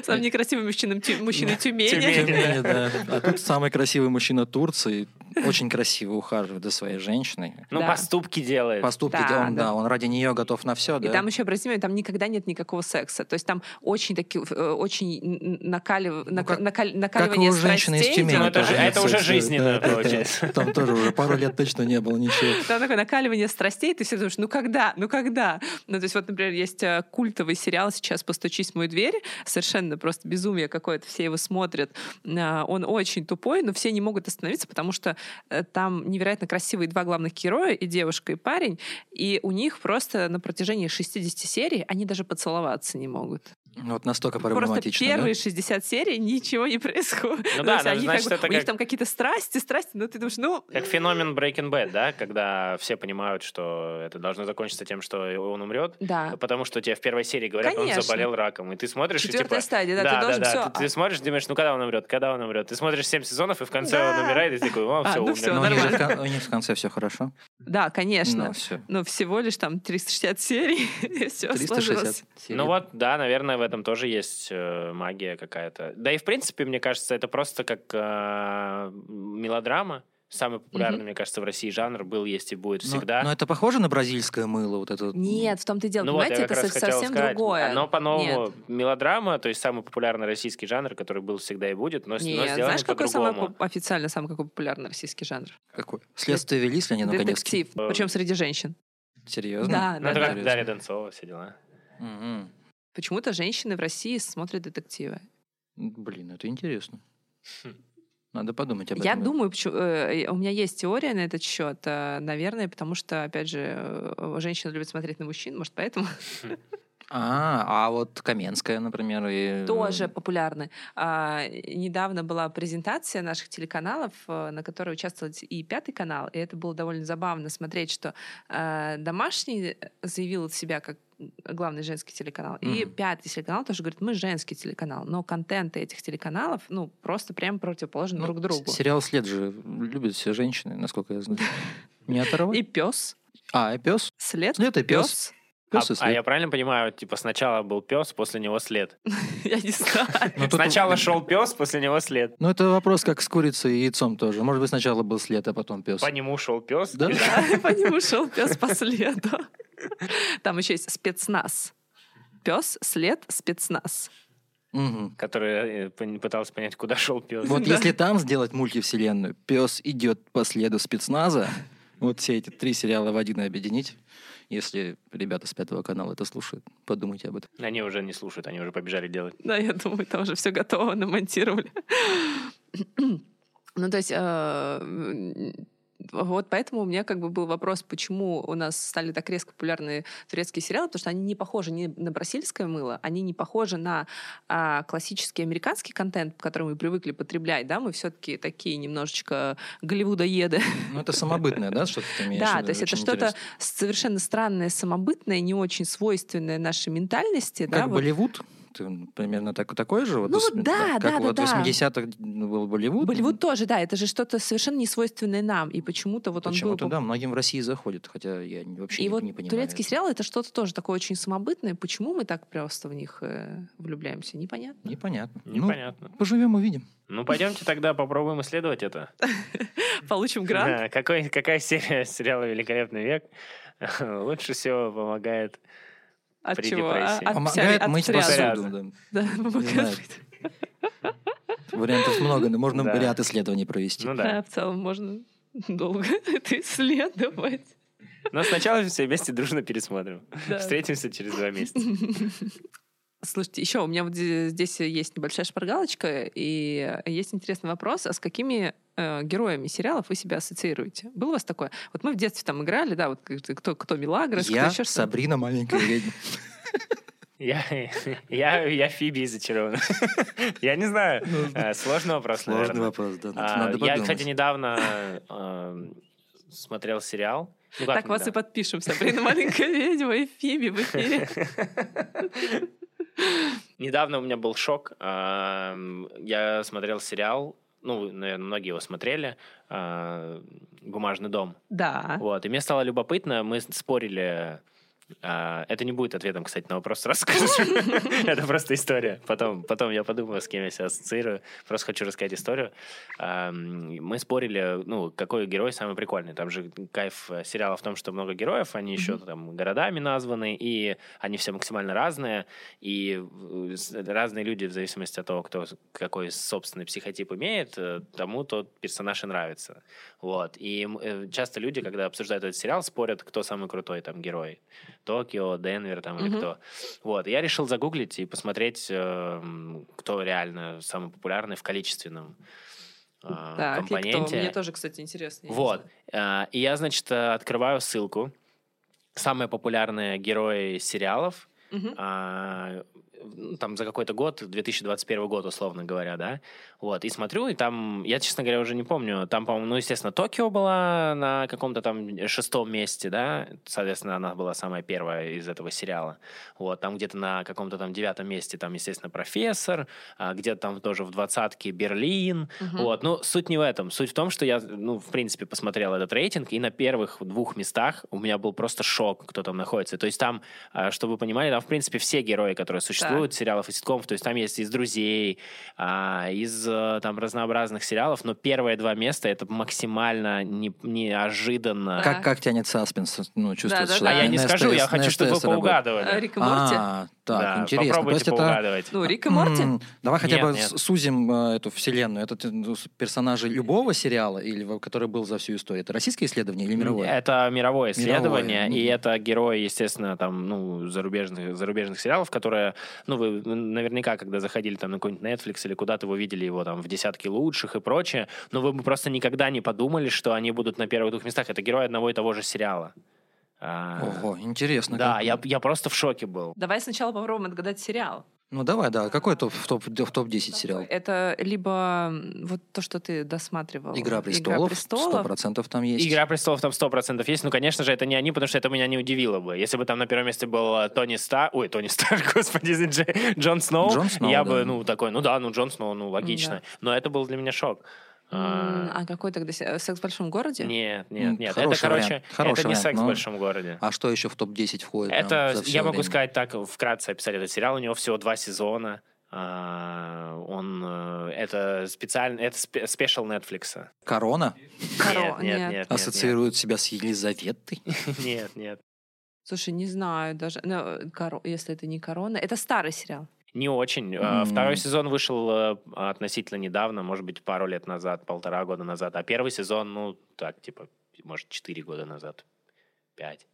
[SPEAKER 1] самым некрасивым мужчиной Тю- мужчиной Тюмени.
[SPEAKER 2] Тюмень.
[SPEAKER 3] Тюмени, да. А тут самый красивый мужчина Турции очень красиво ухаживает за своей женщиной.
[SPEAKER 2] Ну,
[SPEAKER 1] Да.
[SPEAKER 2] поступки делает.
[SPEAKER 3] Поступки,
[SPEAKER 1] Да,
[SPEAKER 3] да, он,
[SPEAKER 1] да.
[SPEAKER 3] да, он ради нее готов на все,
[SPEAKER 1] И
[SPEAKER 3] да.
[SPEAKER 1] там еще, обратите внимание, там никогда нет никакого секса. То есть там очень такие, э, очень н- н- накалив- нака-
[SPEAKER 3] Ну, как-
[SPEAKER 1] накаль-
[SPEAKER 3] Как и
[SPEAKER 1] накаливание
[SPEAKER 3] у женщины из
[SPEAKER 1] страстей
[SPEAKER 3] Тюмени.
[SPEAKER 1] идет.
[SPEAKER 2] Ну, это
[SPEAKER 3] тоже
[SPEAKER 2] же-
[SPEAKER 3] нет
[SPEAKER 2] это уже
[SPEAKER 3] секса.
[SPEAKER 2] жизненно
[SPEAKER 3] Да, да,
[SPEAKER 2] получается.
[SPEAKER 3] да. Там тоже уже пару лет точно не было ничего.
[SPEAKER 1] Там такое накаливание страстей, ты все думаешь, ну когда, ну когда? Ну, то есть вот, например, есть э, культовый сериал сейчас «Постучись в мою дверь», совершенно просто безумие какое-то, все его смотрят. А, Он очень тупой, но все не могут остановиться, потому что э, там невероятно красивые два главных героя, и девушка, и парень, и у них просто на протяжении 60 серий они даже поцеловаться не могут.
[SPEAKER 3] Вот настолько
[SPEAKER 1] Просто
[SPEAKER 3] проблематично. да?
[SPEAKER 1] первые 60 серий ничего не происходит.
[SPEAKER 2] Ну
[SPEAKER 1] То
[SPEAKER 2] да,
[SPEAKER 1] есть
[SPEAKER 2] ну,
[SPEAKER 1] они
[SPEAKER 2] значит,
[SPEAKER 1] как бы-
[SPEAKER 2] это
[SPEAKER 1] у них
[SPEAKER 2] как-
[SPEAKER 1] там какие-то страсти, страсти, но ты думаешь, ну,
[SPEAKER 2] Как феномен Breaking Bad, да, когда все понимают, что это должно закончиться тем, что он умрет,
[SPEAKER 1] да.
[SPEAKER 2] потому что тебе в первой серии говорят,
[SPEAKER 1] Конечно.
[SPEAKER 2] он заболел раком, и ты смотришь, и
[SPEAKER 1] Четвертая
[SPEAKER 2] типа...
[SPEAKER 1] стадия, да, ты должен все.
[SPEAKER 2] Ты, ты смотришь, и думаешь, ну когда он умрет, когда он умрет. Ты смотришь 7 сезонов, и в конце
[SPEAKER 1] Да.
[SPEAKER 2] он умирает, и ты такой,
[SPEAKER 1] А,
[SPEAKER 2] о, все,
[SPEAKER 1] ну
[SPEAKER 2] умер.
[SPEAKER 1] всё,
[SPEAKER 3] Но у них же в
[SPEAKER 1] нормально.
[SPEAKER 3] кон- у них в конце все хорошо.
[SPEAKER 1] Да, конечно.
[SPEAKER 3] Ну, все.
[SPEAKER 1] Но всего лишь там 360 серий, и все
[SPEAKER 3] 360.
[SPEAKER 1] сложилось.
[SPEAKER 2] Ну вот, да, наверное, в этом тоже есть э, магия какая-то. Да и, в принципе, мне кажется, это просто как э, мелодрама. Самый популярный,
[SPEAKER 1] Мгм.
[SPEAKER 2] мне кажется, в России жанр был, есть и будет
[SPEAKER 3] Но-
[SPEAKER 2] всегда.
[SPEAKER 3] Но, Ну, это похоже на бразильское мыло, вот это.
[SPEAKER 1] Нет, в том-то и дело.
[SPEAKER 2] Ну вот,
[SPEAKER 1] Понимаете,
[SPEAKER 2] я
[SPEAKER 1] это
[SPEAKER 2] как раз
[SPEAKER 1] со-
[SPEAKER 2] хотел
[SPEAKER 1] совсем
[SPEAKER 2] сказать,
[SPEAKER 1] другое.
[SPEAKER 2] Оно по-новому. Мелодрама, то есть самый популярный российский жанр, который был всегда и будет, но, с- но
[SPEAKER 1] Нет,
[SPEAKER 2] сделан
[SPEAKER 1] знаешь, какой самый
[SPEAKER 2] по-другому.
[SPEAKER 1] поп- официально самый какой популярный российский жанр?
[SPEAKER 3] Какое? Следствие вели с Леонидом Каневским.
[SPEAKER 1] Детектив.
[SPEAKER 2] Э,
[SPEAKER 1] Причем среди женщин.
[SPEAKER 3] Серьезно?
[SPEAKER 1] Да,
[SPEAKER 2] Ну, это
[SPEAKER 1] да,
[SPEAKER 2] как Дарья Донцова, все дела.
[SPEAKER 3] Мгм.
[SPEAKER 1] Почему-то женщины в России смотрят детективы.
[SPEAKER 3] Блин, это интересно. Хм. Надо подумать об этом.
[SPEAKER 1] Я думаю, почему- э, у меня есть теория на этот счет, э, наверное, потому что, опять же, э, женщины любят смотреть на мужчин, может, поэтому
[SPEAKER 3] А, а вот Каменская, например, и...
[SPEAKER 1] тоже популярны. А, недавно была презентация наших телеканалов, э, на которой участвовал и пятый канал, и это было довольно забавно смотреть, что э, домашний заявил себя как главный женский телеканал. И
[SPEAKER 3] Мгм.
[SPEAKER 1] пятый телеканал тоже говорит, мы женский телеканал, но контенты этих телеканалов, ну, просто прям противоположны
[SPEAKER 3] Ну,
[SPEAKER 1] друг другу.
[SPEAKER 3] с- Сериал «След» же любят все женщины, насколько я знаю. Не
[SPEAKER 1] И
[SPEAKER 3] оторвать?
[SPEAKER 1] пес,
[SPEAKER 3] А, и пес.
[SPEAKER 1] след,
[SPEAKER 3] «След» и пес.
[SPEAKER 1] пес.
[SPEAKER 2] А,
[SPEAKER 3] Пес и
[SPEAKER 2] а
[SPEAKER 3] след.
[SPEAKER 2] я правильно понимаю, типа сначала был пес, после него след.
[SPEAKER 1] Я не знаю.
[SPEAKER 3] Ну, тут-
[SPEAKER 2] Сначала шел пес, после него след.
[SPEAKER 3] Ну, это вопрос как с курицей и яйцом тоже. Может быть, сначала был след, а потом пес.
[SPEAKER 2] По нему шел пес.
[SPEAKER 3] Да?
[SPEAKER 1] Да, по нему шел пес по следу. Там еще есть спецназ. Пес, след, спецназ.
[SPEAKER 3] Мгм.
[SPEAKER 2] Который э, пон- пытался понять, куда шел пес.
[SPEAKER 3] Вот
[SPEAKER 1] Да.
[SPEAKER 3] если там сделать мультивселенную, пес идет по следу спецназа, вот все эти три сериала в один объединить, если ребята с пятого канала это слушают, подумайте об этом.
[SPEAKER 2] Они уже не слушают, они уже побежали делать.
[SPEAKER 1] Да, я думаю, там уже все готово, намонтировали. Ну, то есть, э, м, вот поэтому у меня как бы был вопрос, почему у нас стали так резко популярны турецкие сериалы, потому что они не похожи ни на бразильское мыло, они не похожи на а, классический американский контент, который мы привыкли потреблять, да, мы все-таки такие немножечко голливудоеды,
[SPEAKER 3] Ну, это самобытное, да, что ты имеешь в
[SPEAKER 1] Да,
[SPEAKER 3] виду?
[SPEAKER 1] то есть это
[SPEAKER 3] Очень
[SPEAKER 1] что-то
[SPEAKER 3] интересно.
[SPEAKER 1] совершенно странное, самобытное, не очень свойственное нашей ментальности. да,
[SPEAKER 3] Как
[SPEAKER 1] вот.
[SPEAKER 3] Болливуд, ты примерно так, такой же? Вот,
[SPEAKER 1] Ну
[SPEAKER 3] восьми-
[SPEAKER 1] вот да,
[SPEAKER 3] как
[SPEAKER 1] да, да,
[SPEAKER 3] вот
[SPEAKER 1] да.
[SPEAKER 3] 80-х был Болливуд. ну,
[SPEAKER 1] Болливуд тоже, да, это же что-то совершенно не свойственное нам, и почему-то вот он был...
[SPEAKER 3] Почему-то,
[SPEAKER 1] поп-
[SPEAKER 3] да, многим в России заходит, хотя я не- вообще
[SPEAKER 1] И
[SPEAKER 3] не,
[SPEAKER 1] вот
[SPEAKER 3] не понимаю.
[SPEAKER 1] турецкий
[SPEAKER 3] этого.
[SPEAKER 1] сериал это что-то тоже такое очень самобытное. Почему мы так просто в них э, влюбляемся? Непонятно.
[SPEAKER 3] Непонятно.
[SPEAKER 2] Непонятно.
[SPEAKER 3] Ну, поживем, увидим.
[SPEAKER 2] Ну, пойдемте тогда попробуем исследовать это.
[SPEAKER 1] Получим грант.
[SPEAKER 2] Да, какой, какая серия сериала «Великолепный век» лучше всего помогает?
[SPEAKER 1] От
[SPEAKER 2] при
[SPEAKER 1] чего? А,
[SPEAKER 2] депрессии.
[SPEAKER 1] От
[SPEAKER 3] Помогает
[SPEAKER 1] псори- от
[SPEAKER 3] мыть
[SPEAKER 1] псориаза.
[SPEAKER 2] псориаз.
[SPEAKER 3] посуду.
[SPEAKER 1] Да,
[SPEAKER 3] да. знаю.
[SPEAKER 1] помогает.
[SPEAKER 3] Вариантов много, но можно
[SPEAKER 2] Да.
[SPEAKER 3] ряд исследований провести.
[SPEAKER 2] Ну
[SPEAKER 1] Да,
[SPEAKER 2] да.
[SPEAKER 1] А в целом можно долго это исследовать.
[SPEAKER 2] Но сначала все вместе дружно пересмотрим.
[SPEAKER 1] Да.
[SPEAKER 2] Встретимся через два месяца.
[SPEAKER 1] Слушайте, еще у меня вот зе- здесь есть небольшая шпаргалочка, и э, есть интересный вопрос, а с какими э, героями сериалов вы себя ассоциируете? Было у вас такое? Вот мы в детстве там играли, да, вот как- кто, кто Милагрос, кто
[SPEAKER 3] Я
[SPEAKER 1] еще что
[SPEAKER 3] Сабрина маленькая ведьма.
[SPEAKER 2] Я, я, я Фиби зачарован. Я не знаю. Э, Сложный вопрос,
[SPEAKER 3] Сложный
[SPEAKER 2] наверное.
[SPEAKER 3] вопрос, да.
[SPEAKER 2] А,
[SPEAKER 3] Надо
[SPEAKER 2] Я,
[SPEAKER 3] подумать.
[SPEAKER 2] кстати, недавно э, смотрел сериал. Ну, как
[SPEAKER 1] Так вас и
[SPEAKER 2] недавно?
[SPEAKER 1] подпишем, Сабрина маленькая ведьма и Фиби в эфире.
[SPEAKER 2] Недавно у меня был шок. Эм, Я смотрел сериал ну, наверное, многие его смотрели, а, «Бумажный дом».
[SPEAKER 1] Да.
[SPEAKER 2] Вот, и мне стало любопытно, мы спорили... а, это не будет ответом, кстати, на вопрос расскажу. Это просто история. Потом, потом я подумаю, с кем я себя ассоциирую. Просто хочу рассказать историю. А, м, Мы спорили, ну, какой герой самый прикольный. Там же кайф э, сериала в том, что много героев, они еще там городами названы, и они все максимально разные, и э, с- разные люди в зависимости от того, кто с- какой собственный психотип имеет, э, тому тот персонаж и нравится. Вот. И м, э, часто люди, когда обсуждают этот сериал, спорят, кто самый крутой там герой. Токио, Денвер там или
[SPEAKER 1] Мгм.
[SPEAKER 2] кто. Вот. И Я решил загуглить и посмотреть, эм, кто реально самый популярный в количественном э,
[SPEAKER 1] Так, и кто?
[SPEAKER 2] компоненте.
[SPEAKER 1] Мне тоже, кстати, интересно. я не
[SPEAKER 2] Вот.
[SPEAKER 1] знаю.
[SPEAKER 2] А, И я, значит, э, открываю ссылку. Самые популярные герои сериалов.
[SPEAKER 1] Мгм.
[SPEAKER 2] а, ну, там за какой-то год, 2021 год, условно говоря, да. Вот, и смотрю, и там, я, честно говоря, уже не помню, там, по-моему, ну, естественно, Токио была на каком-то там шестом месте, да, соответственно, она была самая первая из этого сериала. Вот, там где-то на каком-то там девятом месте, там, естественно, профессор, а, где-то там тоже в двадцатке Берлин,
[SPEAKER 1] Мгм.
[SPEAKER 2] вот, ну, суть не в этом. Суть в том, что я, ну, в принципе, посмотрел этот рейтинг, и на первых двух местах у меня был просто шок, кто там находится. То есть там, а, чтобы вы понимали, там, в принципе, все герои, которые существуют, сериалов и ситкомов, то есть там есть из «Друзей», а, из э, там разнообразных сериалов, но первые два места — это максимально не- неожиданно.
[SPEAKER 1] Да.
[SPEAKER 3] Как, как тянет саспенс? Ну, чувствуется,
[SPEAKER 1] Да-да-да.
[SPEAKER 3] что
[SPEAKER 2] А я не
[SPEAKER 3] на
[SPEAKER 2] скажу, я
[SPEAKER 3] STS
[SPEAKER 2] хочу, чтобы вы
[SPEAKER 3] работает.
[SPEAKER 1] А,
[SPEAKER 2] поугадывали.
[SPEAKER 1] Рик и Морти?
[SPEAKER 3] А, так,
[SPEAKER 2] Да,
[SPEAKER 3] интересно. То есть
[SPEAKER 2] попробуйте
[SPEAKER 3] это
[SPEAKER 2] поугадывать.
[SPEAKER 1] Ну, Рик и Морти?
[SPEAKER 3] М, Давай хотя
[SPEAKER 2] Нет,
[SPEAKER 3] бы
[SPEAKER 2] нет.
[SPEAKER 3] с- сузим э, эту вселенную. Это ты, ну, с- персонажи любого сериала, или во- который был за всю историю? Это российское исследование или мировое?
[SPEAKER 2] Это мировое исследование,
[SPEAKER 3] Мировое,
[SPEAKER 2] и
[SPEAKER 3] мгм.
[SPEAKER 2] это герои, естественно, там, ну, зарубежных, зарубежных сериалов, которые, ну, вы наверняка, когда заходили там на какой-нибудь Netflix или куда-то, вы видели его там в десятке лучших и прочее, но вы бы просто никогда не подумали, что они будут на первых двух местах. Это герои одного и того же сериала. А,
[SPEAKER 3] Ого, интересно.
[SPEAKER 2] да,
[SPEAKER 3] как.
[SPEAKER 2] я, я просто в шоке был.
[SPEAKER 1] Давай сначала попробуем отгадать сериал.
[SPEAKER 3] Ну давай, да. Какой топ, в, топ, в топ-10 сериал?
[SPEAKER 1] Это либо м, вот то, что ты досматривал.
[SPEAKER 3] «Игра престолов».
[SPEAKER 1] престолов».
[SPEAKER 3] 100% там есть.
[SPEAKER 2] Игра престолов там 100% есть. Ну, конечно же, это не они, потому что это меня не удивило бы. Если бы там на первом месте был э, Тони Стар... Ой, Тони Стар, господи, Дж- Джон Сноу,
[SPEAKER 3] Джон Сноу,
[SPEAKER 2] я
[SPEAKER 3] да.
[SPEAKER 2] бы, ну, такой, ну да, ну, Джон Сноу, ну, логично.
[SPEAKER 1] Да.
[SPEAKER 2] Но это был для меня шок.
[SPEAKER 1] М,
[SPEAKER 2] А,
[SPEAKER 1] А какой тогда се- «Секс в большом городе»?
[SPEAKER 2] Нет,
[SPEAKER 3] М,
[SPEAKER 2] нет, нет. Это,
[SPEAKER 3] хороший вариант.
[SPEAKER 2] короче,
[SPEAKER 3] Хороший
[SPEAKER 2] это не
[SPEAKER 3] вариант,
[SPEAKER 2] секс в
[SPEAKER 3] но-
[SPEAKER 2] большом городе.
[SPEAKER 3] А что еще в топ-10 входит? прям
[SPEAKER 2] Это,
[SPEAKER 3] за всё
[SPEAKER 2] я могу
[SPEAKER 3] время?
[SPEAKER 2] сказать так, вкратце описать этот сериал. У него всего два сезона. А, Он э, это специально, это спе- спешл Netflix.
[SPEAKER 3] Корона
[SPEAKER 1] Хоро-
[SPEAKER 2] Нет, нет,
[SPEAKER 1] нет.
[SPEAKER 2] нет, нет.
[SPEAKER 3] ассоциирует себя с Елизаветой.
[SPEAKER 2] нет. Нет, нет.
[SPEAKER 1] Слушай, не знаю даже. Ну, э, коро- Если это не «Корона». Это старый сериал.
[SPEAKER 2] Не очень. Э,
[SPEAKER 3] М.
[SPEAKER 2] Второй сезон вышел э, относительно недавно, может быть, пару лет назад, полтора года назад. А первый сезон, ну, так, типа, может, четыре года назад. Пять.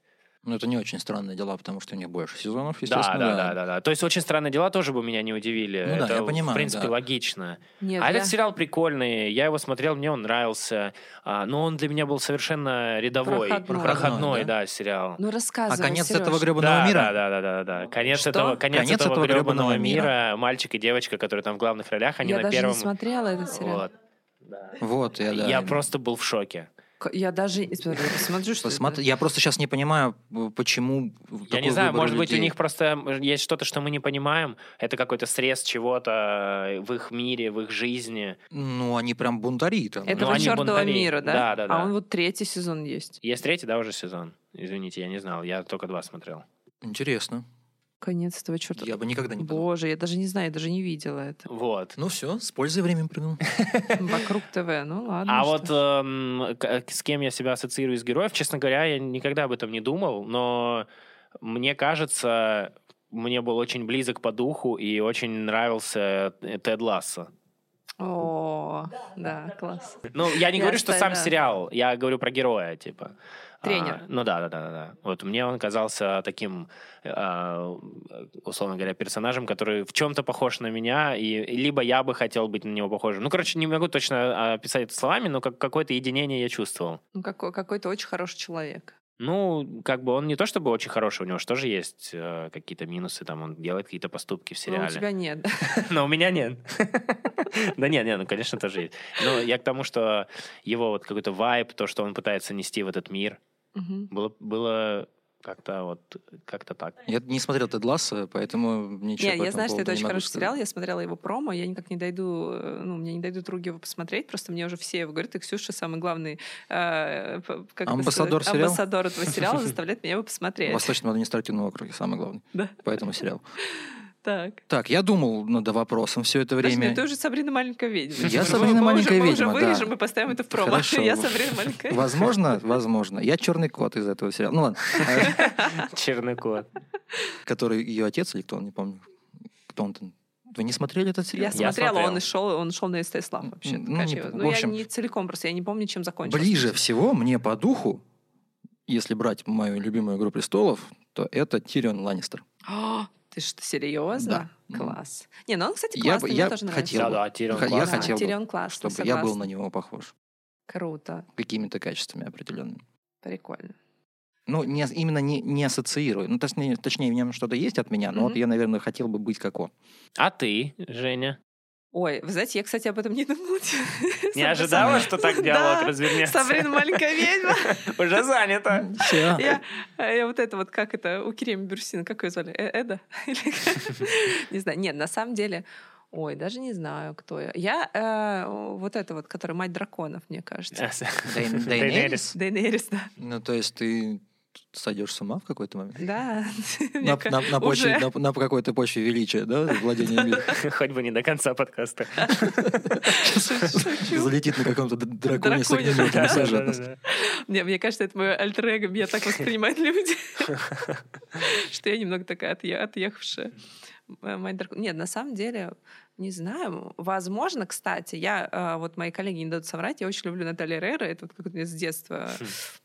[SPEAKER 3] Ну, это не очень странные дела, потому что у них больше сезонов,
[SPEAKER 2] Да,
[SPEAKER 3] естественно.
[SPEAKER 2] да, да, да, да. То есть очень странные дела тоже бы меня не удивили.
[SPEAKER 3] Ну да,
[SPEAKER 2] Это,
[SPEAKER 3] я
[SPEAKER 2] В
[SPEAKER 3] понимаю,
[SPEAKER 2] принципе,
[SPEAKER 3] да.
[SPEAKER 2] логично.
[SPEAKER 1] Нет,
[SPEAKER 2] а
[SPEAKER 1] я-
[SPEAKER 2] этот сериал прикольный. Я его смотрел, мне он нравился. А, но он для меня был совершенно рядовой,
[SPEAKER 1] Проходной.
[SPEAKER 2] проходной,
[SPEAKER 3] Проходной,
[SPEAKER 2] да?
[SPEAKER 3] да?
[SPEAKER 2] сериал.
[SPEAKER 1] Ну, рассказывай,
[SPEAKER 3] А конец
[SPEAKER 1] Серёж.
[SPEAKER 3] этого гребаного
[SPEAKER 2] Да,
[SPEAKER 3] мира?
[SPEAKER 2] да, да, да, да, да. Конец
[SPEAKER 1] Что?
[SPEAKER 2] этого, конец,
[SPEAKER 3] Конец
[SPEAKER 2] этого,
[SPEAKER 3] этого
[SPEAKER 2] гребаного
[SPEAKER 3] грёбаного
[SPEAKER 2] мира. Мальчик и девочка, которые там в главных ролях, они
[SPEAKER 1] Я
[SPEAKER 2] на
[SPEAKER 1] даже
[SPEAKER 2] первом.
[SPEAKER 1] не смотрела этот сериал.
[SPEAKER 2] Вот.
[SPEAKER 3] Вот, я, да,
[SPEAKER 2] Я
[SPEAKER 3] не-
[SPEAKER 2] просто был в шоке.
[SPEAKER 1] К- Я даже не смотрю, я посмотрю, что это.
[SPEAKER 3] Посмотри- Я просто сейчас не понимаю, э, почему
[SPEAKER 2] Я не знаю, может быть, у них просто э, есть что-то, что мы не понимаем. Это какой-то срез чего-то э, в их мире, в их жизни.
[SPEAKER 3] Ну, они прям бунтари там.
[SPEAKER 2] Это Ну,
[SPEAKER 1] Этого
[SPEAKER 2] они
[SPEAKER 1] чертового
[SPEAKER 2] бунтари.
[SPEAKER 1] мира, да?
[SPEAKER 2] Да, да, да.
[SPEAKER 1] А он вот третий сезон есть.
[SPEAKER 2] Есть третий, да, уже сезон? Извините, я не знал. Я только два смотрел.
[SPEAKER 3] Интересно.
[SPEAKER 1] Конец этого чертового.
[SPEAKER 3] Я бы никогда не подумал.
[SPEAKER 1] Боже, я даже не знаю, я даже не видела это.
[SPEAKER 2] Вот.
[SPEAKER 3] Ну все, с пользой временем прыгнул.
[SPEAKER 1] Вокруг ТВ, ну ладно.
[SPEAKER 2] А
[SPEAKER 1] что
[SPEAKER 2] вот
[SPEAKER 1] ж.
[SPEAKER 2] эм, к- к- с кем я себя ассоциирую из героев, честно говоря, я никогда об этом не думал, но мне кажется, мне был очень близок по духу и очень нравился э, Тед Лассо.
[SPEAKER 1] О, да, класс.
[SPEAKER 2] Ну, я не говорю,
[SPEAKER 1] Ясно,
[SPEAKER 2] что сам
[SPEAKER 1] да.
[SPEAKER 2] сериал, я говорю про героя, типа.
[SPEAKER 1] Тренер.
[SPEAKER 2] А, ну да, да, да, да, да. Вот мне он казался таким, а, условно говоря, персонажем, который в чем-то похож на меня, и и либо я бы хотел быть на него похожим. Ну, короче, не могу точно а, описать это словами, но как, какое-то единение я чувствовал.
[SPEAKER 1] Ну какой- какой-то очень хороший человек. А
[SPEAKER 2] Ну, как бы он не то чтобы очень хороший, у него же тоже есть э, какие-то минусы, там он делает какие-то поступки в
[SPEAKER 1] Ну,
[SPEAKER 2] сериале.
[SPEAKER 1] у тебя нет. да?
[SPEAKER 2] Но у меня нет. Да нет, нет, ну, конечно, тоже есть. Но я к тому, что его вот какой-то вайб, то, что он пытается нести в этот мир,
[SPEAKER 1] Мгм.
[SPEAKER 2] было, было Как-то вот, как-то так.
[SPEAKER 3] Я не смотрел Тед Ласса, поэтому ничего
[SPEAKER 1] Не,
[SPEAKER 3] по
[SPEAKER 1] я
[SPEAKER 3] этому
[SPEAKER 1] знаю, что
[SPEAKER 3] поводу
[SPEAKER 1] это
[SPEAKER 3] не
[SPEAKER 1] очень
[SPEAKER 3] могу
[SPEAKER 1] хороший
[SPEAKER 3] сказать.
[SPEAKER 1] сериал, я смотрела его промо, я никак не дойду, э, ну, мне не дойдут руки его посмотреть, просто мне уже все его говорят, и Ксюша самый главный э, п- как это
[SPEAKER 3] Амбассадор
[SPEAKER 1] сказать,
[SPEAKER 3] сериала?
[SPEAKER 1] амбассадор этого сериала, заставляет меня его посмотреть.
[SPEAKER 3] Восточном административном округе, самый главный.
[SPEAKER 1] Да.
[SPEAKER 3] По этому сериалу.
[SPEAKER 1] Так.
[SPEAKER 3] Так, я думал над вопросом все это
[SPEAKER 1] Подожди,
[SPEAKER 3] время.
[SPEAKER 1] ты уже Сабрина маленькая ведьма. Типа,
[SPEAKER 3] Я
[SPEAKER 1] Мы-
[SPEAKER 3] Сабрина
[SPEAKER 1] мы уже-
[SPEAKER 3] маленькая
[SPEAKER 1] Мы
[SPEAKER 3] ведьма,
[SPEAKER 1] уже
[SPEAKER 3] да.
[SPEAKER 1] вырежем и поставим это в промо.
[SPEAKER 3] Хорошо.
[SPEAKER 1] Я Сабрина маленькая ведьма.
[SPEAKER 3] Возможно, возможно. Я черный кот из этого сериала. Ну ладно. Э,
[SPEAKER 2] Черный кот.
[SPEAKER 3] Который ее отец или кто, он, не помню. Кто он там? Вы не смотрели этот сериал?
[SPEAKER 1] Я смотрела,
[SPEAKER 2] смотрел.
[SPEAKER 1] он и шел, он шел на СТС Лав вообще.
[SPEAKER 3] Ну, не- в
[SPEAKER 1] Ну, я
[SPEAKER 3] общем,
[SPEAKER 1] не целиком просто, я не помню, чем закончилось.
[SPEAKER 3] Ближе всего мне по духу, если брать мою любимую «Игру престолов», то это Тирион Ланнистер.
[SPEAKER 1] А, Ты что, серьезно?
[SPEAKER 3] Да.
[SPEAKER 1] Класс. Не, ну он, кстати,
[SPEAKER 3] Я бы-
[SPEAKER 1] классный, мне
[SPEAKER 3] я
[SPEAKER 1] тоже нравится.
[SPEAKER 3] хотел бы.
[SPEAKER 2] Да-да, Тирион
[SPEAKER 3] Ха- я
[SPEAKER 2] классный.
[SPEAKER 3] хотел бы,
[SPEAKER 1] Тирион классный,
[SPEAKER 3] Чтобы я был
[SPEAKER 1] согласна.
[SPEAKER 3] на него похож.
[SPEAKER 1] Круто,
[SPEAKER 3] Какими-то качествами определенными.
[SPEAKER 1] прикольно.
[SPEAKER 3] Ну, не, ас- именно не, не ассоциирую. Ну, точнее, точнее, в нем что-то есть от меня, но вот
[SPEAKER 1] Мгм.
[SPEAKER 3] я, наверное, хотел бы быть как он.
[SPEAKER 2] А ты, Женя?
[SPEAKER 1] Ой, вы знаете, я, кстати, об этом не думала.
[SPEAKER 2] Не ожидала, что так диалог
[SPEAKER 1] Да.
[SPEAKER 2] развернется?
[SPEAKER 1] Сабрина маленькая ведьма.
[SPEAKER 2] Уже занято.
[SPEAKER 3] Всё.
[SPEAKER 1] Я, я вот это вот, как это, у Кирема Бюрсина, как ее звали? Э- Эда? Или как? Не знаю. Нет, на самом деле, ой, даже не знаю, кто я. Я э, вот это вот, которая мать драконов, мне кажется.
[SPEAKER 3] Дейн-
[SPEAKER 2] Дейнерис.
[SPEAKER 1] Дейнерис, да.
[SPEAKER 3] Ну, то есть ты сойдешь с ума в какой-то момент?
[SPEAKER 1] Да. мне
[SPEAKER 3] На,
[SPEAKER 1] ка-
[SPEAKER 3] на- на почве-
[SPEAKER 1] уже.
[SPEAKER 3] на- на какой-то почве величия, да, владение миром?
[SPEAKER 2] Хоть бы не до конца подкаста.
[SPEAKER 1] Шучу.
[SPEAKER 3] Залетит на каком-то д- драконе с
[SPEAKER 1] Драконе,
[SPEAKER 3] огнемётом и сожжет нас.
[SPEAKER 2] Да-да-да.
[SPEAKER 1] Мне, мне кажется, это мое альтер эго меня так воспринимают люди, что я немного такая отъе- отъехавшая. М- мать дракона. Нет, на самом деле, не знаю. Возможно, кстати, я, э, вот мои коллеги не дадут соврать, я очень люблю Наталью Рера, это вот как то с детства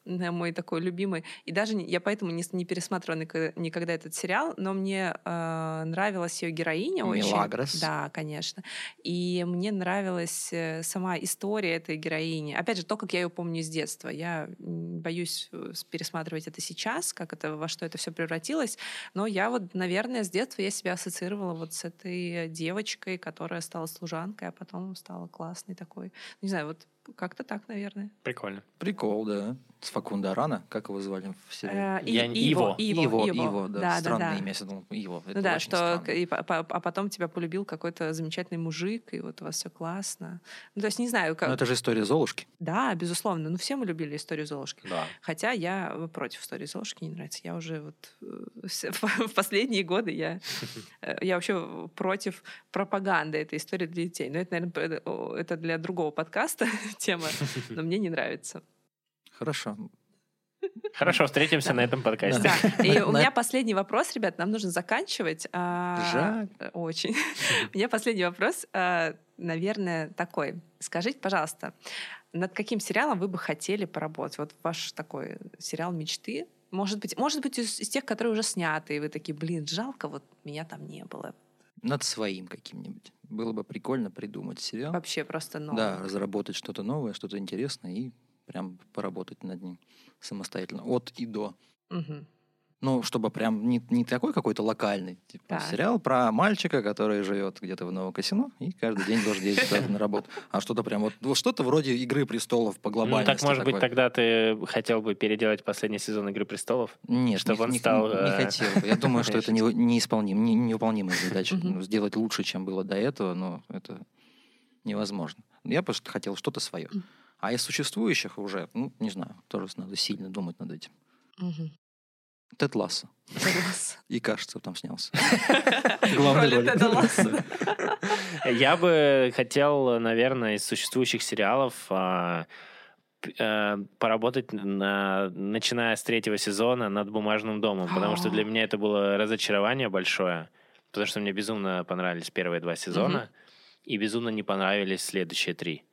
[SPEAKER 1] э, мой такой любимый. И даже не- я поэтому не, с- не пересматривала никогда, никогда этот сериал, но мне э, нравилась ее героиня
[SPEAKER 3] Мелагрос.
[SPEAKER 1] очень. Да, конечно. И мне нравилась э, сама история этой героини. Опять же, то, как я ее помню с детства. Я м, боюсь э, с- пересматривать это сейчас, как это, во что это все превратилось. Но я вот, наверное, с детства я себя ассоциировала вот с этой девочкой, которая стала служанкой, а потом стала классной такой. Не знаю, вот как-то так, наверное.
[SPEAKER 2] Прикольно.
[SPEAKER 3] Прикол, да. С Факунда Рана, как его звали в сериале?
[SPEAKER 1] Э, и-
[SPEAKER 2] Я- Иво.
[SPEAKER 3] Иво, Иво, да.
[SPEAKER 1] да.
[SPEAKER 3] Странное имя, я всегда думал, Иво.
[SPEAKER 1] Ну
[SPEAKER 3] это
[SPEAKER 1] да,
[SPEAKER 3] очень
[SPEAKER 1] что
[SPEAKER 3] странно.
[SPEAKER 1] к- и по- по- а потом тебя полюбил какой-то замечательный мужик, и вот у вас все классно. Ну, то есть не знаю, как.
[SPEAKER 3] Ну, это же история Золушки.
[SPEAKER 1] Да, безусловно. Ну, все мы любили историю Золушки.
[SPEAKER 2] Да.
[SPEAKER 1] Хотя я э, против истории Золушки не нравится. Я уже вот э, с- в последние годы я, э, я вообще против пропаганды этой истории для детей. Но это, наверное, это для другого подкаста тема, но мне не нравится.
[SPEAKER 3] Хорошо.
[SPEAKER 2] Хорошо, встретимся на этом подкасте.
[SPEAKER 1] Да. И у
[SPEAKER 3] На-
[SPEAKER 1] меня последний вопрос, ребят, нам нужно заканчивать. А,
[SPEAKER 3] Жаль.
[SPEAKER 1] э, Очень. У меня последний вопрос, э, наверное, такой. Скажите, пожалуйста, над каким сериалом вы бы хотели поработать? Вот ваш такой сериал мечты. Может быть, может быть из, из тех, которые уже сняты, и вы такие, блин, жалко, вот меня там не было.
[SPEAKER 3] Над своим каким-нибудь. Было бы прикольно придумать сериал.
[SPEAKER 1] Вообще просто ноль.
[SPEAKER 3] Да, разработать что-то новое, что-то интересное и прям поработать над ним самостоятельно. От и до.
[SPEAKER 1] Мгм.
[SPEAKER 3] Ну, чтобы прям не, не такой какой-то локальный, типа
[SPEAKER 1] Так.
[SPEAKER 3] сериал про мальчика, который живет где-то в Новокосино и каждый день должен ездить туда на работу. А что-то прям вот, вот что-то вроде «Игры престолов» по
[SPEAKER 2] Ну,
[SPEAKER 3] глобальности.
[SPEAKER 2] так, может быть,
[SPEAKER 3] такой.
[SPEAKER 2] тогда ты хотел бы переделать последний сезон «Игры престолов».
[SPEAKER 3] Нет,
[SPEAKER 2] чтобы
[SPEAKER 3] не-
[SPEAKER 2] он
[SPEAKER 3] не-
[SPEAKER 2] стал,
[SPEAKER 3] Не,
[SPEAKER 2] э,
[SPEAKER 3] хотел бы. Я думаю, что это не, неисполним, не- невыполнимая задача.
[SPEAKER 1] Мгм.
[SPEAKER 3] Ну, Сделать лучше, чем было до этого, но это невозможно. Я просто хотел что-то свое. А из существующих уже, ну, не знаю, тоже надо сильно думать над этим.
[SPEAKER 1] Мгм.
[SPEAKER 3] Тед Ласса.
[SPEAKER 1] Класс.
[SPEAKER 3] И кажется, там снялся.
[SPEAKER 1] В
[SPEAKER 3] Главная
[SPEAKER 1] роли
[SPEAKER 3] роль.
[SPEAKER 1] Теда Лассо, да.
[SPEAKER 2] Я бы хотел, наверное, из существующих сериалов а, п- э, поработать, на- начиная с третьего сезона, над «Бумажным домом», потому что
[SPEAKER 1] А.
[SPEAKER 2] для меня это было разочарование большое, потому что мне безумно понравились первые два сезона, и безумно не понравились следующие три.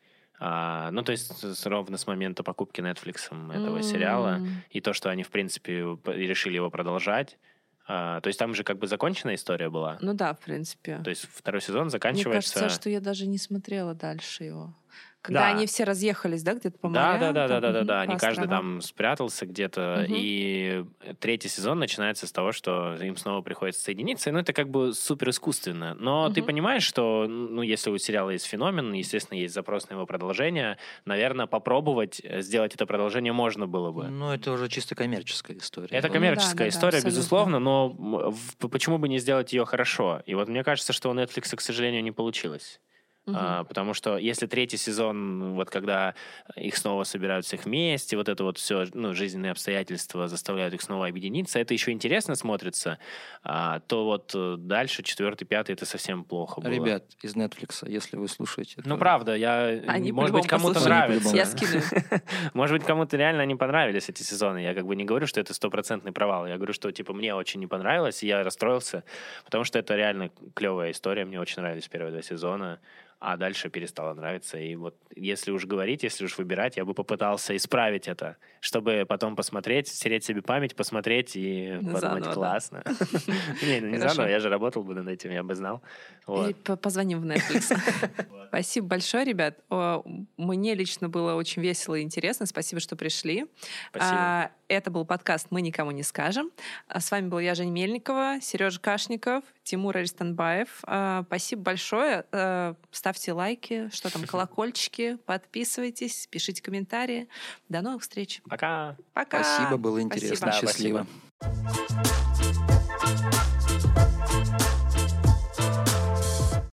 [SPEAKER 2] А, ну, то есть с- ровно с момента покупки Netflix этого сериала
[SPEAKER 1] М.
[SPEAKER 2] и то, что они, в принципе, п- и решили его продолжать. А, то есть там же как бы закончена история была.
[SPEAKER 1] Ну да, в принципе.
[SPEAKER 2] То есть второй сезон
[SPEAKER 1] Мне
[SPEAKER 2] заканчивается...
[SPEAKER 1] кажется, что я даже не смотрела дальше его. Когда
[SPEAKER 2] Да.
[SPEAKER 1] они все разъехались, да, где-то по
[SPEAKER 2] Да,
[SPEAKER 1] морям?
[SPEAKER 2] да, да, да,
[SPEAKER 1] там,
[SPEAKER 2] да, да,
[SPEAKER 1] мгм,
[SPEAKER 2] да.
[SPEAKER 1] по
[SPEAKER 2] Они каждый
[SPEAKER 1] островам.
[SPEAKER 2] там спрятался где-то.
[SPEAKER 1] Мгм.
[SPEAKER 2] И третий сезон начинается с того, что им снова приходится соединиться. Ну, это как бы супер искусственно. Но ты
[SPEAKER 1] Мгм.
[SPEAKER 2] понимаешь, что, ну, если у сериала есть феномен, естественно, есть запрос на его продолжение, наверное, попробовать э, сделать это продолжение можно было бы.
[SPEAKER 3] Ну, это уже чисто коммерческая история. Ну,
[SPEAKER 2] Это
[SPEAKER 3] была.
[SPEAKER 2] коммерческая
[SPEAKER 1] ну да, да,
[SPEAKER 2] история,
[SPEAKER 1] абсолютно.
[SPEAKER 2] безусловно, но м, в- п- почему бы не сделать ее хорошо? И вот мне кажется, что у Netflix, к сожалению, не получилось.
[SPEAKER 1] Мгм.
[SPEAKER 2] А, потому что если третий сезон, вот когда их снова собирают всех вместе, вот это вот все, ну, жизненные обстоятельства заставляют их снова объединиться, это еще интересно смотрится, а, то вот э, дальше четвертый, пятый, это совсем плохо было.
[SPEAKER 3] Ребят из Netflix, если вы слушаете...
[SPEAKER 2] Ну,
[SPEAKER 3] то-
[SPEAKER 2] правда, я...
[SPEAKER 1] Они
[SPEAKER 2] может быть,
[SPEAKER 1] по-любому
[SPEAKER 2] кому-то
[SPEAKER 1] послушают.
[SPEAKER 3] Они
[SPEAKER 2] нравится.
[SPEAKER 3] по-любому.
[SPEAKER 1] Я скину.
[SPEAKER 2] Может быть, кому-то реально не понравились эти сезоны. Я как бы не говорю, что это стопроцентный провал. Я говорю, что типа мне очень не понравилось, и я расстроился, потому что это реально клевая история. Мне очень нравились первые два сезона, а дальше перестало нравиться. И вот если уж говорить, если уж выбирать, я бы попытался исправить это, чтобы потом посмотреть, стереть себе память, посмотреть и
[SPEAKER 1] Ну,
[SPEAKER 2] подумать,
[SPEAKER 1] заново, да.
[SPEAKER 2] классно. Не, ну не
[SPEAKER 1] Хорошо.
[SPEAKER 2] заново, я же работал бы над этим, я бы знал. Вот.
[SPEAKER 1] Или по- Позвоним в Netflix. Спасибо большое, ребят. О, Мне лично было очень весело и интересно. Спасибо, что пришли.
[SPEAKER 2] Спасибо.
[SPEAKER 1] А, Это был подкаст «Мы никому не скажем». А С вами был я, Женя Мельникова, Сережа Кашников, Тимур Аристанбаев. А, Спасибо большое. Э, Ставьте лайки, что там, колокольчики, подписывайтесь, пишите комментарии. До новых встреч.
[SPEAKER 2] Пока.
[SPEAKER 1] Пока.
[SPEAKER 3] Спасибо, было интересно,
[SPEAKER 2] Да, спасибо.
[SPEAKER 3] счастливо.